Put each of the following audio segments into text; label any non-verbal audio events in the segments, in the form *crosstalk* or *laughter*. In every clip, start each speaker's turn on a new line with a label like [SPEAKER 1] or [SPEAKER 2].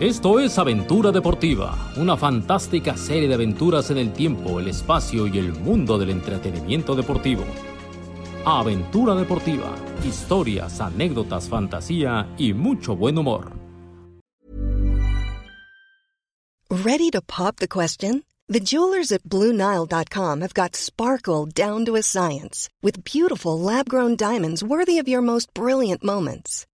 [SPEAKER 1] Esto es Aventura Deportiva, una fantástica serie de aventuras en el tiempo, el espacio y el mundo del entretenimiento deportivo. Aventura Deportiva, historias, anécdotas, fantasía y mucho buen humor.
[SPEAKER 2] Ready to pop the question? The jewelers at BlueNile.com have got sparkle down to a science with beautiful lab grown diamonds worthy of your most brilliant moments.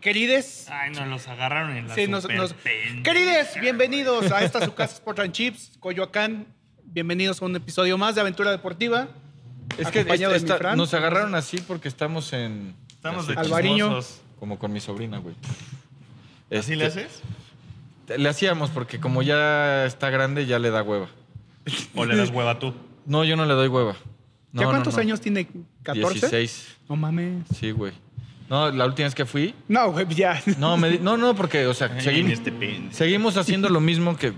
[SPEAKER 3] Querides,
[SPEAKER 4] Ay, nos los agarraron en Ah, la
[SPEAKER 3] sí, nos-
[SPEAKER 4] super
[SPEAKER 3] nos-
[SPEAKER 4] pendeja.
[SPEAKER 3] querides, bienvenidos a esta su casa Sport and Chips, Coyoacán. Bienvenidos a un episodio más de Aventura Deportiva.
[SPEAKER 5] Es que
[SPEAKER 3] Acompañado
[SPEAKER 5] esta-
[SPEAKER 3] de mi
[SPEAKER 5] esta-
[SPEAKER 3] Fran.
[SPEAKER 5] nos agarraron así porque estamos en.
[SPEAKER 4] Estamos de
[SPEAKER 3] Alvariño.
[SPEAKER 4] chismosos.
[SPEAKER 5] Como con mi sobrina, güey.
[SPEAKER 4] ¿Así
[SPEAKER 5] Este,
[SPEAKER 4] le haces?
[SPEAKER 5] Le hacíamos porque como ya está grande, ya le da hueva.
[SPEAKER 4] ¿O le das hueva tú?
[SPEAKER 5] No, yo no le doy hueva.
[SPEAKER 3] ¿Ya cuántos años tiene? ¿14?
[SPEAKER 5] 16.
[SPEAKER 3] No mames.
[SPEAKER 5] Sí, güey. No, la última vez que fui.
[SPEAKER 3] No, güey, ya. *laughs*
[SPEAKER 5] No, me di- no, no, porque, o sea,
[SPEAKER 4] Ay,
[SPEAKER 5] seguimos,
[SPEAKER 4] este pendejo.
[SPEAKER 5] seguimos haciendo lo mismo que.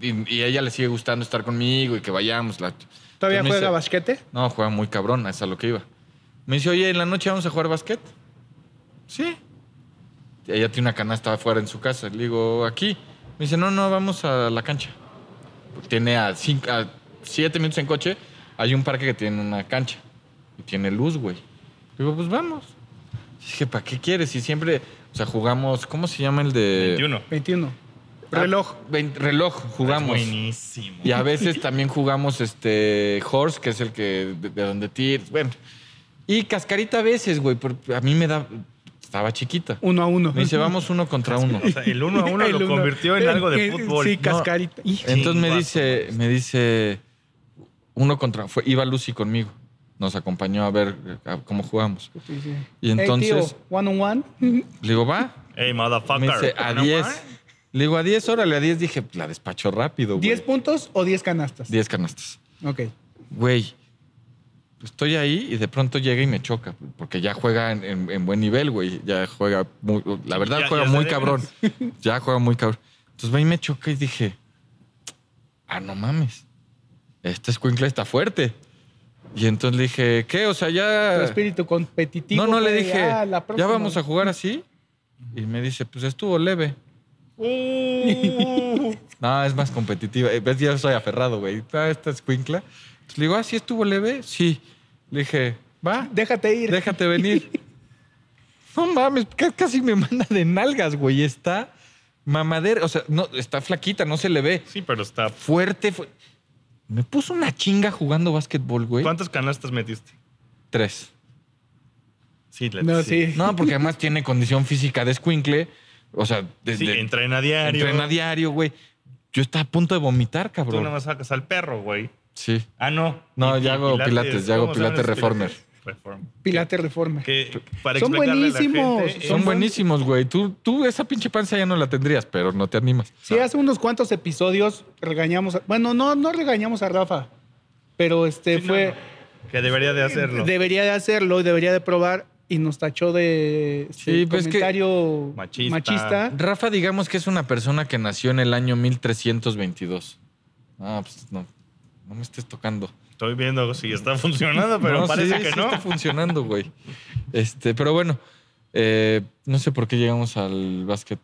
[SPEAKER 5] Y, y- y a ella le sigue gustando estar conmigo y que vayamos. La,
[SPEAKER 3] ¿Todavía
[SPEAKER 5] Entonces me
[SPEAKER 3] juega
[SPEAKER 5] dice-
[SPEAKER 3] basquete?
[SPEAKER 5] No, juega muy cabrón, es a lo que iba. Me dice, oye, ¿en la noche vamos a jugar basquet? Sí. Ella tiene una canasta afuera en su casa. Le digo, aquí. Me dice, no, no, vamos a la cancha. Tiene a, cinco- a siete minutos en coche, hay un parque que tiene una cancha. Y tiene luz, güey. Le digo, pues vamos. Dije, ¿para qué quieres? Si siempre, o sea, jugamos, ¿cómo se llama el de...?
[SPEAKER 4] 21.
[SPEAKER 3] 21.
[SPEAKER 5] Ah,
[SPEAKER 3] Reloj.
[SPEAKER 5] vein- reloj, jugamos.
[SPEAKER 4] Es buenísimo.
[SPEAKER 5] Y a veces también jugamos este horse, que es el que de, de donde tiras. Bueno. Y cascarita a veces, güey. por- A mí me da. Estaba chiquita.
[SPEAKER 3] Uno a uno.
[SPEAKER 5] Me dice, vamos uno contra uno.
[SPEAKER 4] O sea, el 1 a
[SPEAKER 3] *laughs*
[SPEAKER 4] 1
[SPEAKER 3] El
[SPEAKER 4] lo
[SPEAKER 3] uno.
[SPEAKER 4] convirtió en algo de
[SPEAKER 3] Eh,
[SPEAKER 4] fútbol.
[SPEAKER 3] Sí,
[SPEAKER 4] No,
[SPEAKER 3] cascarita. Hijo.
[SPEAKER 5] Entonces me
[SPEAKER 4] Chingazo,
[SPEAKER 5] dice, me dice. Uno contra. Fue, iba Lucy conmigo. Nos acompañó a ver a cómo jugamos.
[SPEAKER 3] Sí, sí.
[SPEAKER 5] Y
[SPEAKER 3] Ey,
[SPEAKER 5] entonces-
[SPEAKER 3] tío, one on one. *laughs*
[SPEAKER 5] Le digo, va.
[SPEAKER 4] Ey,
[SPEAKER 5] Me
[SPEAKER 4] motherfucker.
[SPEAKER 5] dice, a
[SPEAKER 4] ¿No,
[SPEAKER 5] 10.
[SPEAKER 4] ma?
[SPEAKER 5] Le digo, a 10, órale, a 10. Dije, la despacho rápido, güey.
[SPEAKER 3] ¿10 puntos o 10 canastas?
[SPEAKER 5] 10 canastas.
[SPEAKER 3] Ok.
[SPEAKER 5] güey, estoy ahí y de pronto llega y me choca, porque ya juega en, en- en buen nivel, güey. Ya juega, muy- la verdad,
[SPEAKER 4] Ya-
[SPEAKER 5] juega
[SPEAKER 4] ya
[SPEAKER 5] muy
[SPEAKER 4] se *laughs*
[SPEAKER 5] cabrón. ya juega muy cabrón. Entonces ve y me choca y dije, ah, no mames, este escuincla está fuerte. Y entonces le dije, ¿qué? O sea,
[SPEAKER 3] Tu
[SPEAKER 5] ya...
[SPEAKER 3] espíritu competitivo.
[SPEAKER 5] Eh. No, no, le
[SPEAKER 3] güey.
[SPEAKER 5] dije,
[SPEAKER 3] Ah, la
[SPEAKER 5] ¿ya
[SPEAKER 3] próxima.
[SPEAKER 5] vamos a jugar así? Y me dice, pues estuvo leve.
[SPEAKER 3] Mm.
[SPEAKER 4] Uh,
[SPEAKER 5] *laughs* No, es más competitiva. Eh, ¿Ves? Ya soy aferrado, güey. Ah, Esta es cuincla. Entonces le digo, ¿ah, sí estuvo leve? Sí. Le dije, va,
[SPEAKER 3] Déjate ir.
[SPEAKER 5] déjate
[SPEAKER 3] *laughs*
[SPEAKER 5] venir. No mames, ca- casi me manda de nalgas, güey. Está mamadera, o sea, no, está flaquita, no se le ve.
[SPEAKER 4] sí, pero está.
[SPEAKER 5] Fuerte. fu- Me puso una chinga jugando básquetbol, güey.
[SPEAKER 4] ¿Cuántas canastas metiste?
[SPEAKER 5] Tres.
[SPEAKER 4] Sí, la-
[SPEAKER 3] No, sí.
[SPEAKER 5] No, porque además tiene condición física de escuincle. O sea, de-
[SPEAKER 4] Sí,
[SPEAKER 5] de-
[SPEAKER 4] entrena diario.
[SPEAKER 5] entrena diario, güey. Yo estaba a punto de vomitar,
[SPEAKER 4] Tú nada
[SPEAKER 5] cabrón.
[SPEAKER 4] más sacas al perro, güey.
[SPEAKER 5] Sí.
[SPEAKER 4] Ah, no.
[SPEAKER 5] No,
[SPEAKER 4] Y-
[SPEAKER 5] ya
[SPEAKER 4] y
[SPEAKER 5] hago pilates, ya hago
[SPEAKER 4] ¿Cómo se llaman
[SPEAKER 5] pilates
[SPEAKER 4] esos
[SPEAKER 5] reformer.
[SPEAKER 4] pilates? Reform.
[SPEAKER 3] Pilate reforma.
[SPEAKER 4] Que, para
[SPEAKER 3] Son
[SPEAKER 4] explicarle a la
[SPEAKER 3] buenísimos,
[SPEAKER 4] gente,
[SPEAKER 5] Son
[SPEAKER 3] Son buen-
[SPEAKER 5] buenísimos, güey. Tú, tú esa pinche panza ya no la tendrías, pero no te animas.
[SPEAKER 3] Sí, hace unos cuantos episodios regañamos. a- bueno, no, no regañamos a Rafa, pero este
[SPEAKER 4] Sí, no,
[SPEAKER 3] fue.
[SPEAKER 4] no, que debería de hacerlo.
[SPEAKER 3] Debería de hacerlo y debería de probar y nos tachó de este,
[SPEAKER 5] Sí, pues es que-
[SPEAKER 3] comentario
[SPEAKER 4] Machista.
[SPEAKER 3] machista.
[SPEAKER 5] Rafa, digamos que es una persona que nació en el año 1322. Ah, pues no. No me estés tocando.
[SPEAKER 4] Estoy viendo si está *laughs* funcionando, pero
[SPEAKER 5] No,
[SPEAKER 4] parece
[SPEAKER 5] sí,
[SPEAKER 4] que
[SPEAKER 5] sí
[SPEAKER 4] no.
[SPEAKER 5] está funcionando, güey. Este, pero bueno, eh, no sé por qué llegamos al básquet.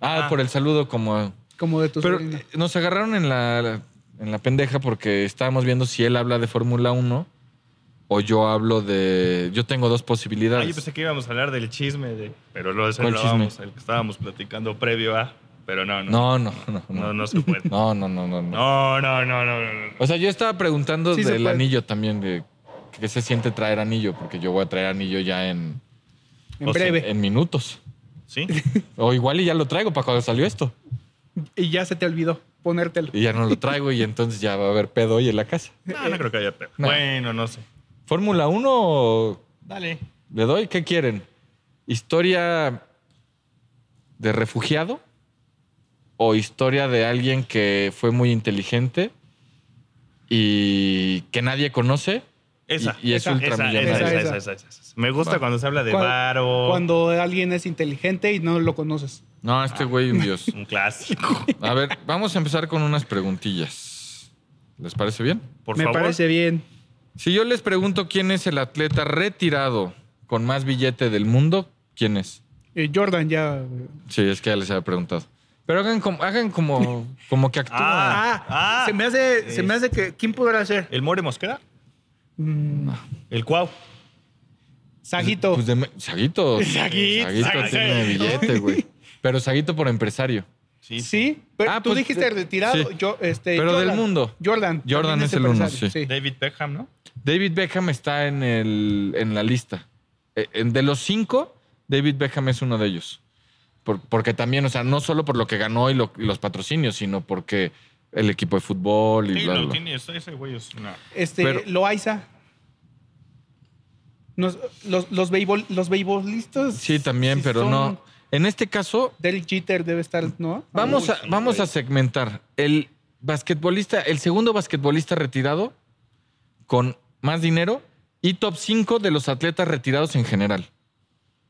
[SPEAKER 5] Ah,
[SPEAKER 4] Ah.
[SPEAKER 5] por el saludo como...
[SPEAKER 3] Como de tu
[SPEAKER 5] Pero
[SPEAKER 3] sobrina.
[SPEAKER 5] eh, nos agarraron en la, en la pendeja porque estábamos viendo si él habla de Fórmula 1 o yo hablo de... Yo tengo dos
[SPEAKER 4] Ah,
[SPEAKER 5] posibilidades.
[SPEAKER 4] yo pensé que íbamos a hablar del chisme, de, pero lo
[SPEAKER 5] ¿Cuál
[SPEAKER 4] desenlabamos, el que estábamos platicando previo a. Pero no, no.
[SPEAKER 5] No, no, no,
[SPEAKER 4] no,
[SPEAKER 5] no.
[SPEAKER 4] no se puede.
[SPEAKER 5] *laughs* No, no, no, no. no.
[SPEAKER 4] No, no, no, no, no. no.
[SPEAKER 5] O sea, yo estaba preguntando
[SPEAKER 3] Sí se
[SPEAKER 5] del
[SPEAKER 3] puede.
[SPEAKER 5] anillo también, de qué se siente traer anillo, porque yo voy a traer anillo ya en,
[SPEAKER 3] En
[SPEAKER 4] o sea, eh,
[SPEAKER 3] breve.
[SPEAKER 5] en minutos. *laughs*
[SPEAKER 4] ¿Sí?
[SPEAKER 5] O igual y ya lo traigo para cuando salió esto.
[SPEAKER 3] Y ya se te olvidó ponértelo.
[SPEAKER 5] Y ya no lo traigo y entonces ya va a haber pedo hoy en la casa.
[SPEAKER 4] No, no creo que haya peor.
[SPEAKER 5] No.
[SPEAKER 4] Bueno, no sé.
[SPEAKER 5] Fórmula 1,
[SPEAKER 4] Dale.
[SPEAKER 5] le doy, ¿qué quieren? ¿Historia de refugiado? ¿O historia de alguien que fue muy inteligente y que nadie conoce?
[SPEAKER 4] Esa.
[SPEAKER 5] Y- y es
[SPEAKER 4] esa, esa,
[SPEAKER 5] ultramillonario.
[SPEAKER 4] esa,
[SPEAKER 3] Esa,
[SPEAKER 4] esa,
[SPEAKER 3] esa.
[SPEAKER 4] esa, esa, esa. Me gusta
[SPEAKER 5] Va.
[SPEAKER 4] cuando se habla de
[SPEAKER 3] Cuan-
[SPEAKER 4] varo.
[SPEAKER 3] Cuando alguien es inteligente y no lo conoces.
[SPEAKER 5] No, este güey un dios.
[SPEAKER 4] Un clásico.
[SPEAKER 5] *laughs* A ver, vamos a empezar con unas preguntillas. ¿Les parece bien?
[SPEAKER 4] Por
[SPEAKER 3] Me
[SPEAKER 4] favor.
[SPEAKER 3] parece bien.
[SPEAKER 5] Si yo les pregunto quién es el atleta retirado con más billete del mundo, ¿quién es?
[SPEAKER 3] Eh, Jordan ya. eh,
[SPEAKER 5] Sí, es que ya les había preguntado. Pero hagan como, hagan como, como que actúan.
[SPEAKER 4] Ah, ah,
[SPEAKER 3] se me hace, se me hace que quién podrá ser.
[SPEAKER 4] ¿El More Mosqueda?
[SPEAKER 3] Mm,
[SPEAKER 4] ¿El Cuau?
[SPEAKER 3] Sajito.
[SPEAKER 5] Pues de me- Saguito.
[SPEAKER 4] Saguito, Saguito.
[SPEAKER 5] tiene billete, güey. Pero Saguito por empresario.
[SPEAKER 3] sí, pero
[SPEAKER 5] Ah,
[SPEAKER 3] tú
[SPEAKER 5] pues,
[SPEAKER 3] dijiste
[SPEAKER 5] de-
[SPEAKER 3] retirado.
[SPEAKER 5] sí.
[SPEAKER 3] Yo, este,
[SPEAKER 5] Pero del
[SPEAKER 3] Jordan.
[SPEAKER 5] mundo.
[SPEAKER 3] Jordan.
[SPEAKER 5] Jordan
[SPEAKER 3] también
[SPEAKER 5] es el uno,
[SPEAKER 3] empresario,
[SPEAKER 5] sí.
[SPEAKER 4] David Beckham, ¿no?
[SPEAKER 5] David Beckham está en, el, en la lista. Eh, en- De los cinco, David Beckham es uno de ellos. Por- porque también, o sea, no solo por lo que ganó y, lo- y los patrocinios, sino porque el equipo de fútbol y
[SPEAKER 4] Sí,
[SPEAKER 5] bla,
[SPEAKER 4] no,
[SPEAKER 5] bla.
[SPEAKER 4] tiene- ese ese güey es una...
[SPEAKER 3] Este,
[SPEAKER 5] Pero-
[SPEAKER 3] Loaiza. Nos- los, los, beisbol- los beisbolistas.
[SPEAKER 5] Sí, también,
[SPEAKER 3] sí
[SPEAKER 5] pero
[SPEAKER 3] son-
[SPEAKER 5] no. En este caso,
[SPEAKER 3] Derek Jeter debe estar, ¿no?
[SPEAKER 5] Vamos,
[SPEAKER 4] Uy,
[SPEAKER 5] a,
[SPEAKER 4] sí,
[SPEAKER 5] vamos
[SPEAKER 4] güey.
[SPEAKER 5] a segmentar el basquetbolista, el segundo basquetbolista retirado con más dinero y top 5 de los atletas retirados en general.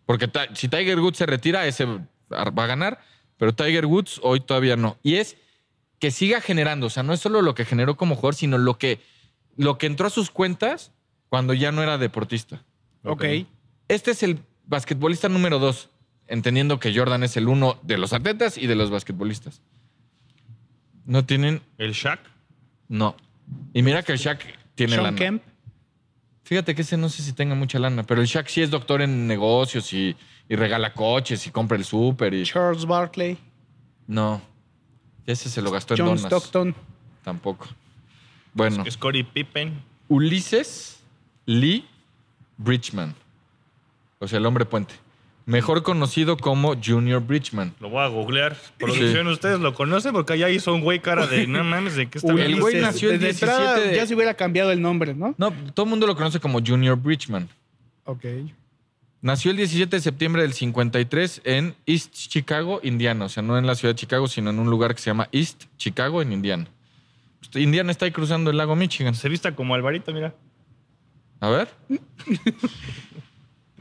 [SPEAKER 5] Porque ta- si Tiger Woods se retira, ese ar- va a ganar, pero Tiger Woods hoy todavía no. Y es que siga generando, o sea, no es solo lo que generó como jugador, sino lo que, lo que entró a sus cuentas cuando ya no era deportista.
[SPEAKER 3] Ok.
[SPEAKER 5] Este es el basquetbolista número dos, entendiendo que Jordan es el uno de los atletas y de los basquetbolistas. No tienen,
[SPEAKER 4] ¿El Shaq?
[SPEAKER 5] no. Y mira que el Shaq tiene
[SPEAKER 3] Sean
[SPEAKER 5] lana.
[SPEAKER 3] Kemp.
[SPEAKER 5] Fíjate que ese no sé si tenga mucha lana, pero el Shaq sí es doctor en negocios y, y regala coches y compra el súper y...
[SPEAKER 3] Charles Barkley.
[SPEAKER 5] No. Ese se lo gastó en
[SPEAKER 3] John
[SPEAKER 5] donas.
[SPEAKER 3] Stockton.
[SPEAKER 5] Tampoco. Bueno,
[SPEAKER 4] Scottie Pippen.
[SPEAKER 5] Ulises Lee Bridgman. O sea, el hombre puente. Mejor conocido como Junior Bridgman.
[SPEAKER 4] Lo voy a googlear. Producción, ustedes lo conocen porque allá hizo un güey cara de no mames de qué está
[SPEAKER 5] Uy,
[SPEAKER 4] hablando
[SPEAKER 5] el güey
[SPEAKER 4] este?
[SPEAKER 5] nació el
[SPEAKER 3] Desde
[SPEAKER 5] 17
[SPEAKER 3] entrada
[SPEAKER 5] de-
[SPEAKER 3] Ya se hubiera cambiado el nombre, ¿no?
[SPEAKER 5] No, todo el mundo lo conoce como Junior Bridgman.
[SPEAKER 3] Ok.
[SPEAKER 5] Nació el 17 de septiembre del 53 en East Chicago, Indiana. O sea, no en la ciudad de Chicago, sino en un lugar que se llama East Chicago, en Indiana. Pues, Indiana está ahí cruzando el lago Michigan.
[SPEAKER 4] Se vista como Alvarito, mira.
[SPEAKER 5] A ver.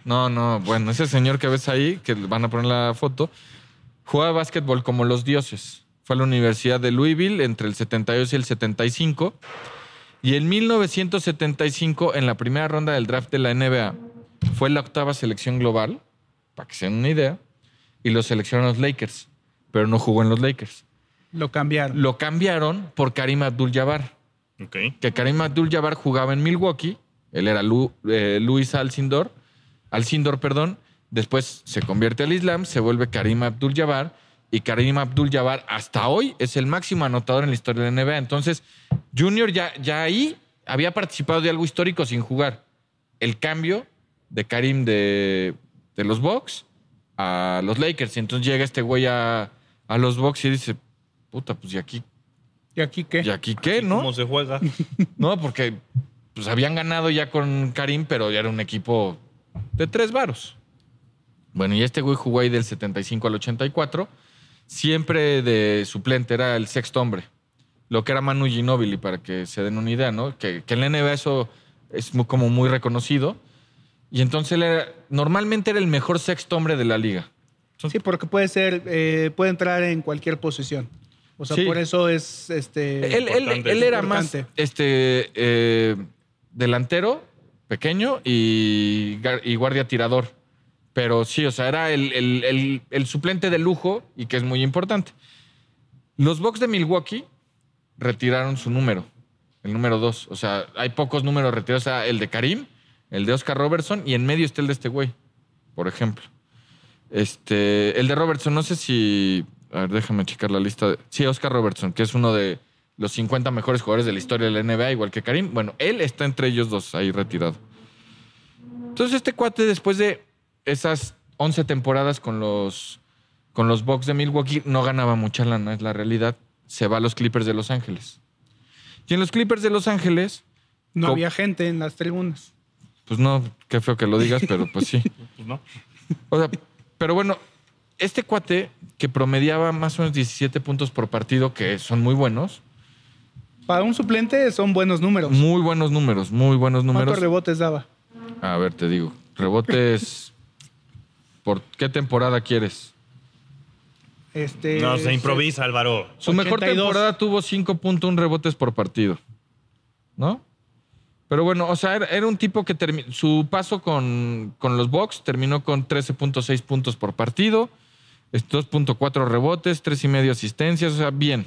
[SPEAKER 5] No, no, bueno, ese señor que ves ahí, que van a poner la foto, jugaba básquetbol como los dioses. Fue a la Universidad de Louisville entre el 72 y el 75. Y en 1975, en la primera ronda del draft de la NBA, fue la octava selección global, para que se den una idea, y lo seleccionaron los Lakers, pero no jugó en los Lakers.
[SPEAKER 3] Lo cambiaron.
[SPEAKER 5] Lo cambiaron por Karim Abdul-Jabbar
[SPEAKER 4] Ok.
[SPEAKER 5] que Karim Abdul-Jabbar jugaba en Milwaukee. Él era Lu- eh, Luis Alcindor. Alcindor, perdón. Después se convierte al Islam, se vuelve Karim Abdul-Jabbar. Y Karim Abdul-Jabbar hasta hoy es el máximo anotador en la historia de la NBA. Entonces, Junior ya, ya ahí había participado de algo histórico sin jugar. El cambio de Karim de, de los Bucks a los Lakers. Y entonces llega este güey a, a los Bucks y dice, puta, pues ¿y aquí,
[SPEAKER 3] ¿Y aquí qué?
[SPEAKER 5] y aquí qué, no?
[SPEAKER 4] ¿Cómo se juega?
[SPEAKER 5] No, porque pues, habían ganado ya con Karim, pero ya era un equipo de tres varos. Bueno, y este güey jugó ahí del 75 al 84, siempre de suplente, era el sexto hombre. Lo que era Manu Ginóbili, para que se den una idea, ¿no? Que, que en la NBA eso es muy- como muy reconocido. Y entonces él era- normalmente era el mejor sexto hombre de la liga.
[SPEAKER 3] Sí, porque puede ser, eh, puede entrar en cualquier posición. O sea,
[SPEAKER 5] Sí.
[SPEAKER 3] por eso es este.
[SPEAKER 5] él, él-
[SPEAKER 4] importante,
[SPEAKER 5] él era más
[SPEAKER 3] importante.
[SPEAKER 5] este, eh, delantero, pequeño y, gar- y guardia tirador. Pero sí, o sea, era el, el- el- el suplente de lujo y que es muy importante. Los Bucks de Milwaukee retiraron su número, el número dos. O sea, hay pocos números retirados. O sea, el de Karim, el de Oscar Robertson y en medio está el de este güey, por ejemplo. Este, el de Robertson, no sé si. A ver, déjame checar la lista. de- sí, Oscar Robertson, que es uno de los 50 mejores jugadores de la historia de la NBA, igual que Karim. Bueno, él está entre ellos dos ahí retirado. Entonces, este cuate, después de esas 11 temporadas con los, con los Bucks de Milwaukee, no ganaba mucha lana, es la realidad. Se va a los Clippers de Los Ángeles. Y en los Clippers de Los Ángeles,
[SPEAKER 3] No
[SPEAKER 5] Co-
[SPEAKER 3] había gente en las tribunas.
[SPEAKER 5] pues no, qué feo que lo digas, pero pues sí.
[SPEAKER 4] Pues no.
[SPEAKER 5] O sea, pero bueno, este cuate que promediaba más o menos 17 puntos por partido, que son muy buenos,
[SPEAKER 3] Para un suplente son buenos números.
[SPEAKER 5] muy buenos números, muy buenos números.
[SPEAKER 3] ¿Cuántos rebotes daba?
[SPEAKER 5] A ver, te digo, rebotes. ¿Por qué temporada quieres?
[SPEAKER 3] Este,
[SPEAKER 4] No, se improvisa, Álvaro.
[SPEAKER 5] Su mejor
[SPEAKER 3] 82.
[SPEAKER 5] temporada tuvo 5.1 rebotes por partido. ¿No? Pero bueno, o sea, era, era un tipo que termi- su paso con, con los Bucks terminó con 13.6 puntos por partido, es 2.4 rebotes, 3.5 asistencias, o sea, bien.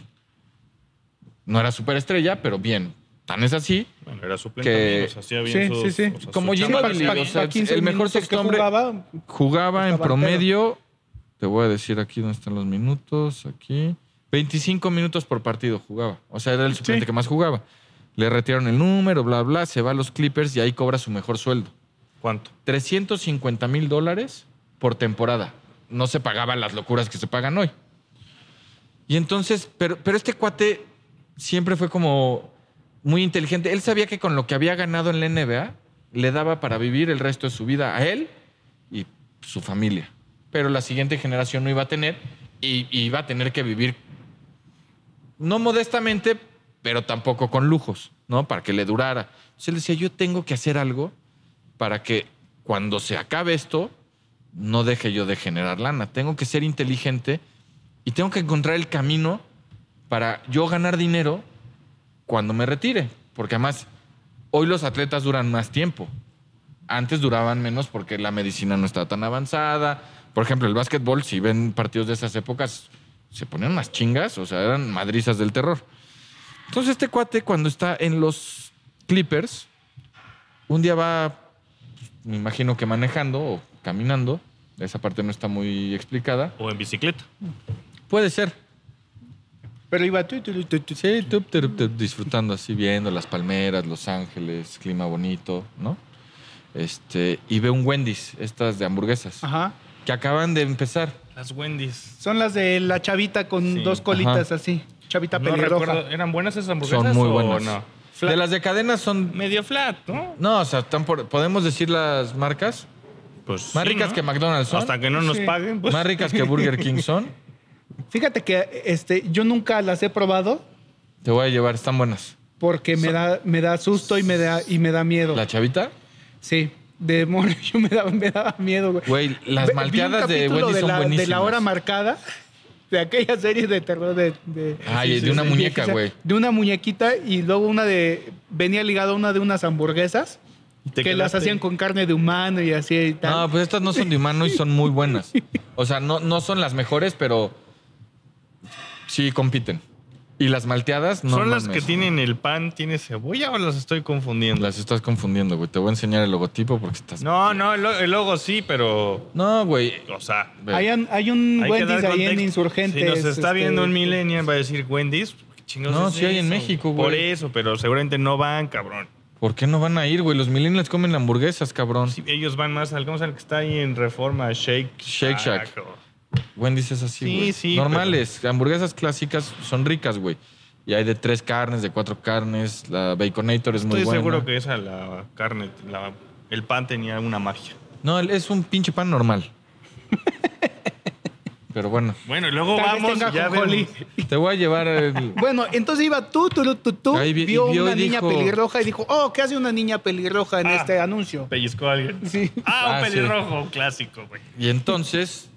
[SPEAKER 5] No era superestrella, pero bien. Tan es así
[SPEAKER 4] Bueno, era suplente.
[SPEAKER 5] Que-
[SPEAKER 4] también, o sea, hacía bien
[SPEAKER 3] Sí,
[SPEAKER 4] sus-
[SPEAKER 3] sí, sí.
[SPEAKER 4] o sea, su
[SPEAKER 5] Como Jim
[SPEAKER 4] chamba.
[SPEAKER 3] pa-
[SPEAKER 5] Bagley,
[SPEAKER 3] pa-
[SPEAKER 5] o sea,
[SPEAKER 3] pa' 15
[SPEAKER 5] el mejor
[SPEAKER 3] minutos que
[SPEAKER 5] sextombre-
[SPEAKER 3] jugaba,
[SPEAKER 5] Jugaba en
[SPEAKER 3] Estaba al
[SPEAKER 5] promedio, te voy a decir aquí dónde están los minutos, aquí. 25 minutos por partido jugaba. O sea, era el suplente que más jugaba. Le retiraron el número, bla, bla, se va a los Clippers y ahí cobra su mejor sueldo.
[SPEAKER 4] ¿Cuánto?
[SPEAKER 5] 350 mil dólares por temporada. No se pagaban las locuras que se pagan hoy. Y entonces, pero, pero este cuate siempre fue como muy inteligente. Él sabía que con lo que había ganado en la NBA le daba para vivir el resto de su vida a él y su familia. Pero la siguiente generación no iba a tener y, y iba a tener que vivir, no modestamente, pero tampoco con lujos, ¿no? Para que le durara. Entonces él decía, yo tengo que hacer algo para que cuando se acabe esto, no deje yo de generar lana. Tengo que ser inteligente y tengo que encontrar el camino para yo ganar dinero cuando me retire. Porque además, hoy los atletas duran más tiempo. Antes duraban menos porque la medicina no estaba tan avanzada. Por ejemplo, el básquetbol, si ven partidos de esas épocas, se ponían unas chingas, o sea, eran madrizas del terror. Entonces, este cuate, cuando está en los Clippers, un día va, pues, me imagino que manejando o caminando, esa parte no está muy explicada.
[SPEAKER 4] O en bicicleta.
[SPEAKER 5] Puede ser.
[SPEAKER 3] pero iba tu, tu, tu, tu.
[SPEAKER 5] Sí, tup, tup, tup, disfrutando así, viendo las palmeras, Los Ángeles, clima bonito, ¿no? Este, y ve un Wendy's, estas de hamburguesas,
[SPEAKER 3] Ajá.
[SPEAKER 5] que acaban de empezar.
[SPEAKER 4] Las Wendy's.
[SPEAKER 3] Son las de la chavita con
[SPEAKER 4] Sí,
[SPEAKER 3] dos colitas así. Chavita
[SPEAKER 4] No
[SPEAKER 3] pelirroja.
[SPEAKER 4] recuerdo, ¿eran buenas esas hamburguesas?
[SPEAKER 5] Son muy
[SPEAKER 4] o
[SPEAKER 5] buenas.
[SPEAKER 4] no?
[SPEAKER 5] De las de cadenas son...
[SPEAKER 4] Medio flat, ¿no?
[SPEAKER 5] No, o sea, están por- podemos decir las marcas.
[SPEAKER 4] Pues
[SPEAKER 5] Más
[SPEAKER 4] sí,
[SPEAKER 5] ricas
[SPEAKER 4] ¿no?
[SPEAKER 5] que McDonald's son.
[SPEAKER 4] Hasta que no nos
[SPEAKER 3] Sí.
[SPEAKER 4] paguen,
[SPEAKER 3] *laughs*
[SPEAKER 4] pues.
[SPEAKER 5] Más ricas que Burger King son.
[SPEAKER 3] Fíjate que este, yo nunca las he probado
[SPEAKER 5] Te voy a llevar, están buenas.
[SPEAKER 3] porque me da, me da susto y me da, y me da miedo.
[SPEAKER 5] La chavita,
[SPEAKER 3] Sí, de mono *laughs* yo me daba, me daba miedo, güey.
[SPEAKER 5] Güey, las
[SPEAKER 3] Ve- vi un
[SPEAKER 5] malteadas de
[SPEAKER 3] capítulo
[SPEAKER 5] Wendy
[SPEAKER 3] de
[SPEAKER 5] son
[SPEAKER 3] la, De
[SPEAKER 5] buenísimas.
[SPEAKER 3] la hora marcada, de aquella serie de terror de... de
[SPEAKER 5] Ay, de una muñeca,
[SPEAKER 3] viejiza,
[SPEAKER 5] güey.
[SPEAKER 3] De una muñequita y luego una de... Venía ligada una de unas hamburguesas que
[SPEAKER 4] Te
[SPEAKER 3] las
[SPEAKER 4] quedaste.
[SPEAKER 3] hacían con carne de humano y así y tal.
[SPEAKER 5] No, pues estas no son de humano y son muy buenas. O sea, no, no son las mejores, pero sí compiten. Y las malteadas no.
[SPEAKER 4] ¿Son las
[SPEAKER 5] mames.
[SPEAKER 4] que tienen el pan, tiene cebolla o las estoy confundiendo?
[SPEAKER 5] Las estás confundiendo, güey. Te voy a enseñar el logotipo porque estás.
[SPEAKER 4] No, no, el, lo- el logo sí, pero.
[SPEAKER 5] No, güey.
[SPEAKER 4] O sea.
[SPEAKER 5] Ve.
[SPEAKER 3] hay, un- hay un
[SPEAKER 4] hay que
[SPEAKER 3] Wendy's
[SPEAKER 4] dar
[SPEAKER 3] ahí en
[SPEAKER 4] contexto.
[SPEAKER 3] Insurgentes.
[SPEAKER 4] Si nos está
[SPEAKER 3] este,
[SPEAKER 4] viendo un millennial, va a decir Wendy's. ¿qué chingados
[SPEAKER 5] No,
[SPEAKER 4] es
[SPEAKER 5] sí hay en
[SPEAKER 4] eso?
[SPEAKER 5] México, güey.
[SPEAKER 4] Por eso, pero seguramente no van, cabrón.
[SPEAKER 5] ¿Por qué no van a ir, güey? Los millennials comen hamburguesas, cabrón.
[SPEAKER 4] Sí, ellos van más al. ¿Cómo se llama el que está ahí en Reforma? Shake
[SPEAKER 5] Shake Shack.
[SPEAKER 4] o-
[SPEAKER 5] Wendy's es así,
[SPEAKER 4] Sí,
[SPEAKER 5] güey.
[SPEAKER 4] sí,
[SPEAKER 5] Normales. Hamburguesas clásicas son ricas, güey. Y hay de tres carnes, de cuatro carnes. La Baconator es muy
[SPEAKER 4] Estoy
[SPEAKER 5] buena.
[SPEAKER 4] seguro que esa, la carne, la- el pan tenía una magia.
[SPEAKER 5] No, es un pinche pan
[SPEAKER 4] *laughs*
[SPEAKER 5] normal. Pero bueno.
[SPEAKER 4] Bueno, y luego
[SPEAKER 3] Tal vez
[SPEAKER 4] vamos.
[SPEAKER 3] tenga
[SPEAKER 4] Ya
[SPEAKER 3] ajonjolí.
[SPEAKER 4] vemos.
[SPEAKER 5] Te voy a llevar el.
[SPEAKER 3] Bueno, entonces iba tú, tú, tú, tú,
[SPEAKER 5] Ahí vi-
[SPEAKER 3] vio,
[SPEAKER 5] y vio y
[SPEAKER 3] una niña
[SPEAKER 5] dijo-
[SPEAKER 3] pelirroja y dijo, oh, ¿qué hace una niña pelirroja en
[SPEAKER 4] Ah.
[SPEAKER 3] este anuncio?
[SPEAKER 4] Pellizcó a alguien.
[SPEAKER 3] Sí.
[SPEAKER 4] Ah,
[SPEAKER 5] Ah,
[SPEAKER 4] un
[SPEAKER 5] sí.
[SPEAKER 4] pelirrojo un clásico, güey.
[SPEAKER 5] Y entonces,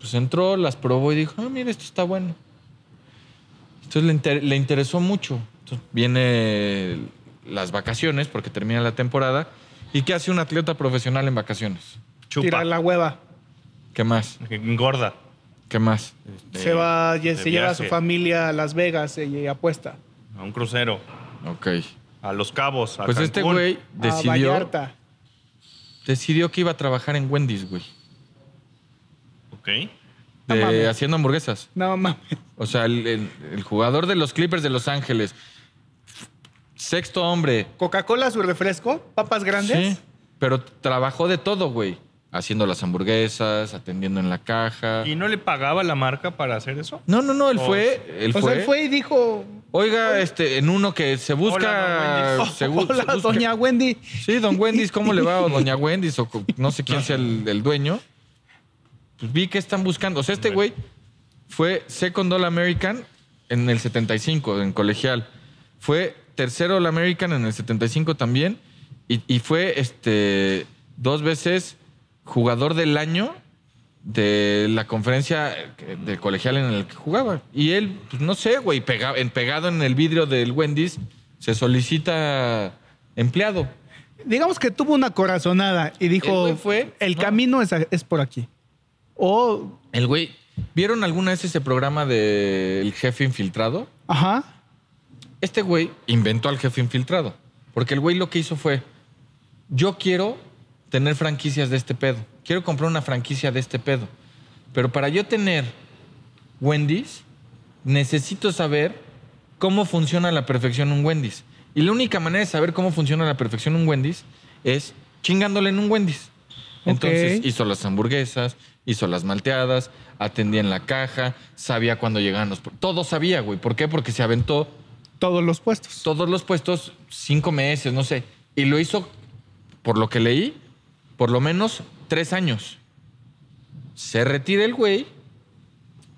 [SPEAKER 5] pues entró, las probó y dijo, ah, mira, esto está bueno. Entonces le, inter- le interesó mucho. Entonces viene el- las vacaciones, porque termina la temporada. ¿Y qué hace un atleta profesional en vacaciones?
[SPEAKER 4] Chupa.
[SPEAKER 3] Tira la hueva.
[SPEAKER 5] ¿Qué más?
[SPEAKER 4] Engorda.
[SPEAKER 5] ¿Qué más?
[SPEAKER 3] se va,
[SPEAKER 4] de
[SPEAKER 3] se lleva a su
[SPEAKER 4] viaje.
[SPEAKER 3] familia a Las Vegas eh, y apuesta.
[SPEAKER 4] A un crucero.
[SPEAKER 5] Ok.
[SPEAKER 4] A Los Cabos. A
[SPEAKER 5] Pues este
[SPEAKER 4] Cancún.
[SPEAKER 5] güey
[SPEAKER 3] A
[SPEAKER 5] decidió,
[SPEAKER 3] Vallarta.
[SPEAKER 5] decidió que iba a trabajar en Wendy's, güey.
[SPEAKER 4] Ok.
[SPEAKER 5] de-
[SPEAKER 3] No mames.
[SPEAKER 5] haciendo hamburguesas.
[SPEAKER 3] No mames.
[SPEAKER 5] O sea, el, el- el jugador de los Clippers de Los Ángeles. Sexto hombre.
[SPEAKER 3] Coca-Cola, su refresco, papas grandes.
[SPEAKER 5] Sí, pero trabajó de todo, güey. Haciendo las hamburguesas, atendiendo en la caja.
[SPEAKER 4] ¿Y no le pagaba la marca para hacer eso?
[SPEAKER 5] No, no, no, él
[SPEAKER 4] Oh,
[SPEAKER 5] fue. Él
[SPEAKER 3] o
[SPEAKER 5] fue.
[SPEAKER 3] sea, él fue y dijo,
[SPEAKER 5] Oiga, este, en uno que se busca.
[SPEAKER 4] Hola, don Wendy's.
[SPEAKER 5] se bu-
[SPEAKER 3] hola,
[SPEAKER 5] se busca-
[SPEAKER 3] doña Wendy.
[SPEAKER 5] Sí, don Wendy's, ¿cómo le va? O doña Wendy's, o co- no sé quién sea el, el dueño. pues vi que están buscando. O sea, este güey fue Second All American en el 75, en colegial. Fue tercero All American en el 75 también. Y, y fue este, dos veces jugador del año de la conferencia de colegial en el que jugaba. Y él, pues, no sé, güey, pega- en- pegado en el vidrio del Wendy's, se solicita empleado.
[SPEAKER 3] Digamos que tuvo una corazonada y dijo,
[SPEAKER 5] El güey fue, Ah.
[SPEAKER 3] el
[SPEAKER 5] ¿no?
[SPEAKER 3] camino es, a- es por aquí. O,
[SPEAKER 5] El güey, ¿vieron alguna vez ese programa del jefe infiltrado?
[SPEAKER 3] ajá,
[SPEAKER 5] Este güey inventó al jefe infiltrado. Porque el güey lo que hizo fue, yo quiero tener franquicias de este pedo. Quiero comprar una franquicia de este pedo. Pero para yo tener Wendy's, necesito saber cómo funciona a la perfección un Wendy's. Y la única manera de saber cómo funciona a la perfección un Wendy's es chingándole en un Wendy's. Entonces
[SPEAKER 3] Ok.
[SPEAKER 5] hizo las hamburguesas, hizo las malteadas, atendía en la caja, sabía cuándo llegaban los... pro- Todo sabía, güey. ¿Por qué? Porque se aventó
[SPEAKER 3] todos los puestos.
[SPEAKER 5] todos los puestos cinco meses, no sé. Y lo hizo, por lo que leí, por lo menos tres años. Se retira el güey.